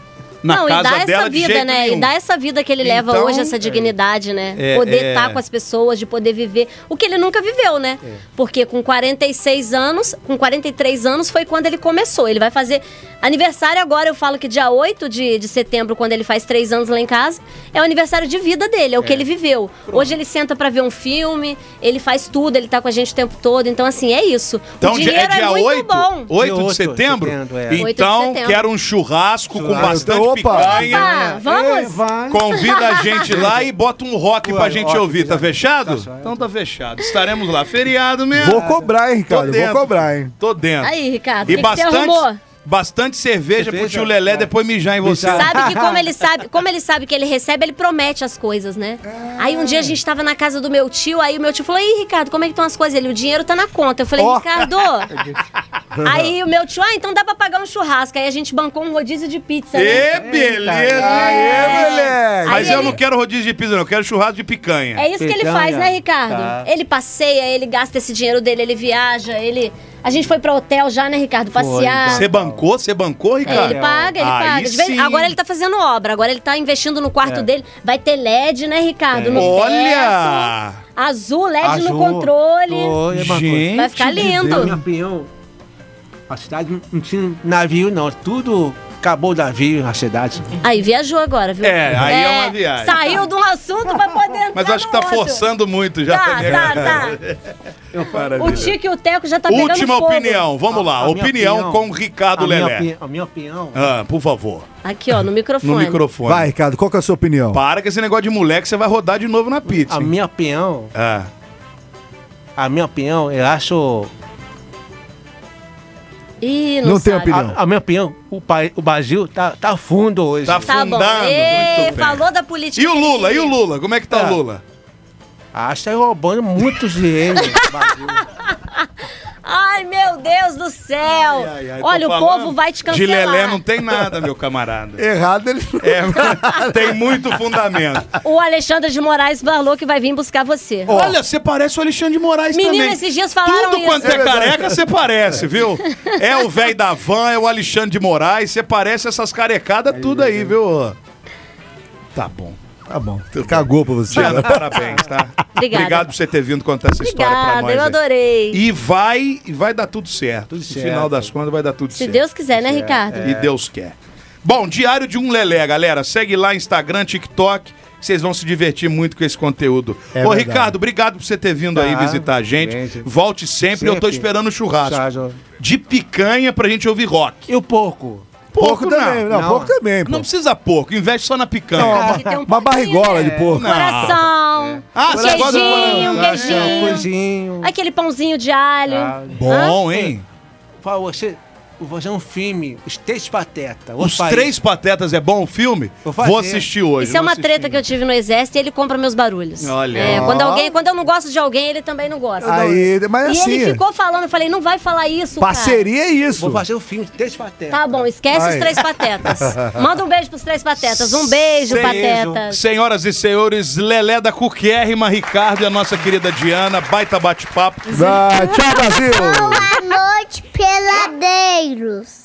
[SPEAKER 3] na
[SPEAKER 6] Não, e
[SPEAKER 3] casa
[SPEAKER 6] dá
[SPEAKER 3] dela
[SPEAKER 6] essa
[SPEAKER 3] de
[SPEAKER 6] vida,
[SPEAKER 3] jeito
[SPEAKER 6] né?
[SPEAKER 3] nenhum.
[SPEAKER 6] E dá essa vida que ele leva
[SPEAKER 3] Então,
[SPEAKER 6] hoje, essa dignidade, né?
[SPEAKER 3] É,
[SPEAKER 6] poder
[SPEAKER 3] é.
[SPEAKER 6] estar com as pessoas, de poder viver o que ele nunca viveu, né? Porque com 46 anos, com 43 anos foi quando ele começou. Ele vai fazer aniversário agora, eu falo que dia 8 de, de setembro, quando ele faz três anos lá em casa, é o aniversário de vida dele, é o que ele viveu. Hoje ele senta pra ver um filme, ele faz tudo, ele tá com a gente o tempo todo. Então, assim, é isso.
[SPEAKER 3] Então,
[SPEAKER 6] o
[SPEAKER 3] dia-
[SPEAKER 6] dinheiro
[SPEAKER 3] é dia
[SPEAKER 6] muito
[SPEAKER 3] 8,
[SPEAKER 6] bom.
[SPEAKER 3] 8 de
[SPEAKER 5] Oito de
[SPEAKER 3] setembro?
[SPEAKER 5] setembro, é.
[SPEAKER 6] Oito de
[SPEAKER 3] Então,
[SPEAKER 6] setembro.
[SPEAKER 3] quero um churrasco, com
[SPEAKER 5] Churrasco.
[SPEAKER 3] bastante
[SPEAKER 8] Opa!
[SPEAKER 3] picanha.
[SPEAKER 6] Opa, vamos?
[SPEAKER 5] É, vai.
[SPEAKER 3] Convida a gente lá e bota um rock pra
[SPEAKER 5] Claro,
[SPEAKER 3] gente
[SPEAKER 5] rock,
[SPEAKER 3] ouvir, tá
[SPEAKER 5] já-
[SPEAKER 3] fechado?
[SPEAKER 5] tá só, é.
[SPEAKER 3] Então tá fechado. Estaremos lá. Feriado mesmo.
[SPEAKER 8] Vou cobrar, hein,
[SPEAKER 3] Tô
[SPEAKER 8] Ricardo? Vou
[SPEAKER 3] dentro.
[SPEAKER 8] cobrar, hein?
[SPEAKER 3] Tô dentro.
[SPEAKER 6] Aí, Ricardo, o
[SPEAKER 3] E
[SPEAKER 6] que, que você arrumou?
[SPEAKER 3] bastante, bastante cerveja pro
[SPEAKER 5] Cerveja?
[SPEAKER 3] tio Lelé
[SPEAKER 5] Vai.
[SPEAKER 3] depois mijar em você.
[SPEAKER 5] Mijar.
[SPEAKER 6] Sabe que como ele sabe, como ele sabe que ele recebe, ele promete as coisas, né?
[SPEAKER 3] Ah.
[SPEAKER 6] Aí um dia a gente tava na casa do meu tio, aí o meu tio falou: "Ih, Ricardo, como é que estão as coisas?" Ele, o dinheiro tá na conta. Eu falei:
[SPEAKER 8] Ó.
[SPEAKER 6] "Ricardo". aí o meu tio: "Ah, então dá pra pagar um churrasco". Aí a gente bancou um rodízio de pizza. né?
[SPEAKER 3] Ê, beleza!
[SPEAKER 8] Aê, moleque!
[SPEAKER 3] Mas
[SPEAKER 6] Aí
[SPEAKER 3] eu
[SPEAKER 6] ele-
[SPEAKER 3] não quero rodízio de pizza, não. Eu quero churrasco de picanha.
[SPEAKER 6] É isso que ele
[SPEAKER 5] Picanha.
[SPEAKER 6] faz, né, Ricardo?
[SPEAKER 5] Tá.
[SPEAKER 6] Ele passeia, ele gasta esse dinheiro dele, ele viaja, ele A gente foi pra hotel já, né, Ricardo? Passear.
[SPEAKER 3] então. Você bancou? Você bancou,
[SPEAKER 6] É,
[SPEAKER 3] Ricardo?
[SPEAKER 6] ele paga, ele
[SPEAKER 3] Aí
[SPEAKER 6] paga. De vez-
[SPEAKER 3] sim. É.
[SPEAKER 6] Agora ele tá fazendo obra, agora ele tá investindo no quarto dele. Vai ter LED, né, Ricardo? No teto.
[SPEAKER 3] Olha!
[SPEAKER 6] Azul, LED é no
[SPEAKER 5] Azul.
[SPEAKER 6] controle.
[SPEAKER 5] Tô, é uma coisa.
[SPEAKER 3] Gente
[SPEAKER 6] Vai ficar
[SPEAKER 3] de
[SPEAKER 5] Na
[SPEAKER 6] lindo.
[SPEAKER 5] minha opinião, a cidade não- não tinha navio, não. Tudo acabou o navio, a cidade.
[SPEAKER 6] Aí viajou agora, viu?
[SPEAKER 3] É, aí é uma viagem.
[SPEAKER 6] Saiu de um assunto pra poder entrar
[SPEAKER 3] Mas acho que
[SPEAKER 6] no
[SPEAKER 3] tá
[SPEAKER 6] outro.
[SPEAKER 3] forçando muito já.
[SPEAKER 6] Tá,
[SPEAKER 3] né?
[SPEAKER 6] tá, tá. O
[SPEAKER 3] Maravilha.
[SPEAKER 6] Tico e o Teco já tá pegando
[SPEAKER 3] Última
[SPEAKER 6] fogo.
[SPEAKER 3] opinião, vamos lá.
[SPEAKER 5] A- a minha
[SPEAKER 3] opinião, com o Ricardo
[SPEAKER 5] a minha
[SPEAKER 3] Lelé.
[SPEAKER 5] opini- a minha opinião,
[SPEAKER 3] Ah, por favor,
[SPEAKER 6] Aqui, ó, no microfone.
[SPEAKER 3] no microfone.
[SPEAKER 8] Vai, Ricardo, qual que é a sua opinião?
[SPEAKER 3] Para com esse negócio de moleque, você vai rodar de novo na pizza.
[SPEAKER 5] a minha opinião,
[SPEAKER 3] Ah,
[SPEAKER 5] a minha opinião, eu acho.
[SPEAKER 6] Ih, não,
[SPEAKER 8] Não tem
[SPEAKER 6] sabe.
[SPEAKER 8] opinião.
[SPEAKER 5] A, a minha opinião, o, pai, o Brasil tá, tá fundo hoje.
[SPEAKER 3] tá
[SPEAKER 6] Tá
[SPEAKER 3] afundando.
[SPEAKER 6] bom. Ei,
[SPEAKER 3] muito bem.
[SPEAKER 6] falou da política.
[SPEAKER 3] E o Lula? E o Lula? Como é que tá
[SPEAKER 5] Ah.
[SPEAKER 3] o Lula?
[SPEAKER 5] Acho que tá roubando muito dinheiro. o Brasil.
[SPEAKER 6] Ai, meu Deus do céu.
[SPEAKER 3] Ai, ai, tô
[SPEAKER 6] Olha, o
[SPEAKER 3] falando.
[SPEAKER 6] povo vai te cancelar.
[SPEAKER 3] De Lelé não tem nada, meu camarada.
[SPEAKER 8] Errado ele.
[SPEAKER 3] É, tem muito fundamento.
[SPEAKER 6] O Alexandre de Moraes falou que vai vir buscar você.
[SPEAKER 3] Olha, você parece o Alexandre de Moraes
[SPEAKER 6] Menino,
[SPEAKER 3] também.
[SPEAKER 6] esses dias falaram
[SPEAKER 3] Tudo
[SPEAKER 6] isso.
[SPEAKER 3] quanto é careca, você parece, viu? É o velho da van, é o Alexandre de Moraes, você parece essas carecadas tudo aí, viu? Tá bom.
[SPEAKER 8] Tá bom. Cagou pra você. né?
[SPEAKER 3] Diana, parabéns, tá?
[SPEAKER 6] Obrigada.
[SPEAKER 3] Obrigado por você ter vindo contar essa história é pra
[SPEAKER 6] Obrigada,
[SPEAKER 3] nós.
[SPEAKER 6] eu
[SPEAKER 3] aí.
[SPEAKER 6] adorei.
[SPEAKER 3] E vai, e vai dar tudo certo.
[SPEAKER 5] Tudo
[SPEAKER 3] no
[SPEAKER 5] certo. É.
[SPEAKER 3] final das contas vai dar tudo
[SPEAKER 6] Se
[SPEAKER 3] certo.
[SPEAKER 6] Deus quiser,
[SPEAKER 3] é,
[SPEAKER 6] né, Ricardo?
[SPEAKER 3] E Deus quer. Bom, Diário de um Lelé, galera. Segue lá, Instagram, TikTok. Vocês vão se divertir muito com esse conteúdo. Ô,
[SPEAKER 8] verdade.
[SPEAKER 3] Ricardo, obrigado por você ter vindo aí
[SPEAKER 5] Tá,
[SPEAKER 3] visitar a gente.
[SPEAKER 5] É gente.
[SPEAKER 3] Volte sempre, eu tô
[SPEAKER 5] Sempre.
[SPEAKER 3] esperando o churrasco.
[SPEAKER 5] Churrasco.
[SPEAKER 3] De picanha pra gente ouvir rock.
[SPEAKER 5] e o porco?
[SPEAKER 8] Porco,
[SPEAKER 3] Pouco,
[SPEAKER 8] também.
[SPEAKER 3] não.
[SPEAKER 8] Não,
[SPEAKER 5] Não.
[SPEAKER 8] porco também, pô.
[SPEAKER 3] Não precisa pouco, investe só na picanha.
[SPEAKER 6] Ah,
[SPEAKER 8] Não,
[SPEAKER 6] que tem um
[SPEAKER 8] uma
[SPEAKER 6] pouquinho,
[SPEAKER 8] barrigola
[SPEAKER 6] né?
[SPEAKER 8] de porco.
[SPEAKER 3] Não.
[SPEAKER 6] Coração,
[SPEAKER 3] Ah,
[SPEAKER 6] um
[SPEAKER 3] você gosta do
[SPEAKER 6] queijinho,
[SPEAKER 3] coração. né?
[SPEAKER 6] um
[SPEAKER 5] Um
[SPEAKER 6] queijinho,
[SPEAKER 5] coisinho.
[SPEAKER 6] aquele pãozinho de alho.
[SPEAKER 5] Ah,
[SPEAKER 3] Bom, hein?
[SPEAKER 5] Fala, você, vou fazer um filme, Os Três Patetas. Vou
[SPEAKER 3] Os
[SPEAKER 5] fazer.
[SPEAKER 3] Três Patetas é bom o filme?
[SPEAKER 5] Vou fazer.
[SPEAKER 3] Vou assistir hoje.
[SPEAKER 6] Isso é
[SPEAKER 3] vou
[SPEAKER 6] uma
[SPEAKER 3] assistir.
[SPEAKER 6] treta que eu tive no exército e ele compra meus barulhos.
[SPEAKER 3] Olha.
[SPEAKER 6] É,
[SPEAKER 3] Ó.
[SPEAKER 6] quando, alguém, quando eu não gosto de alguém, ele também não gosta.
[SPEAKER 8] Aí, mas
[SPEAKER 6] e
[SPEAKER 8] assim.
[SPEAKER 6] ele ficou falando, eu falei, não vai falar isso, cara.
[SPEAKER 8] Parceria é isso.
[SPEAKER 5] Vou fazer um filme, Os Três Patetas.
[SPEAKER 6] Tá bom, esquece os
[SPEAKER 8] Ai.
[SPEAKER 6] três patetas. Manda um beijo pros três patetas. Um beijo,
[SPEAKER 5] Beijo.
[SPEAKER 6] patetas.
[SPEAKER 3] Senhoras e senhores, Lelé da Cuquérrima, Ricardo e a nossa querida Diana, baita bate-papo.
[SPEAKER 8] Ah, tchau, Brasil.
[SPEAKER 7] Boa noite, peladeiros.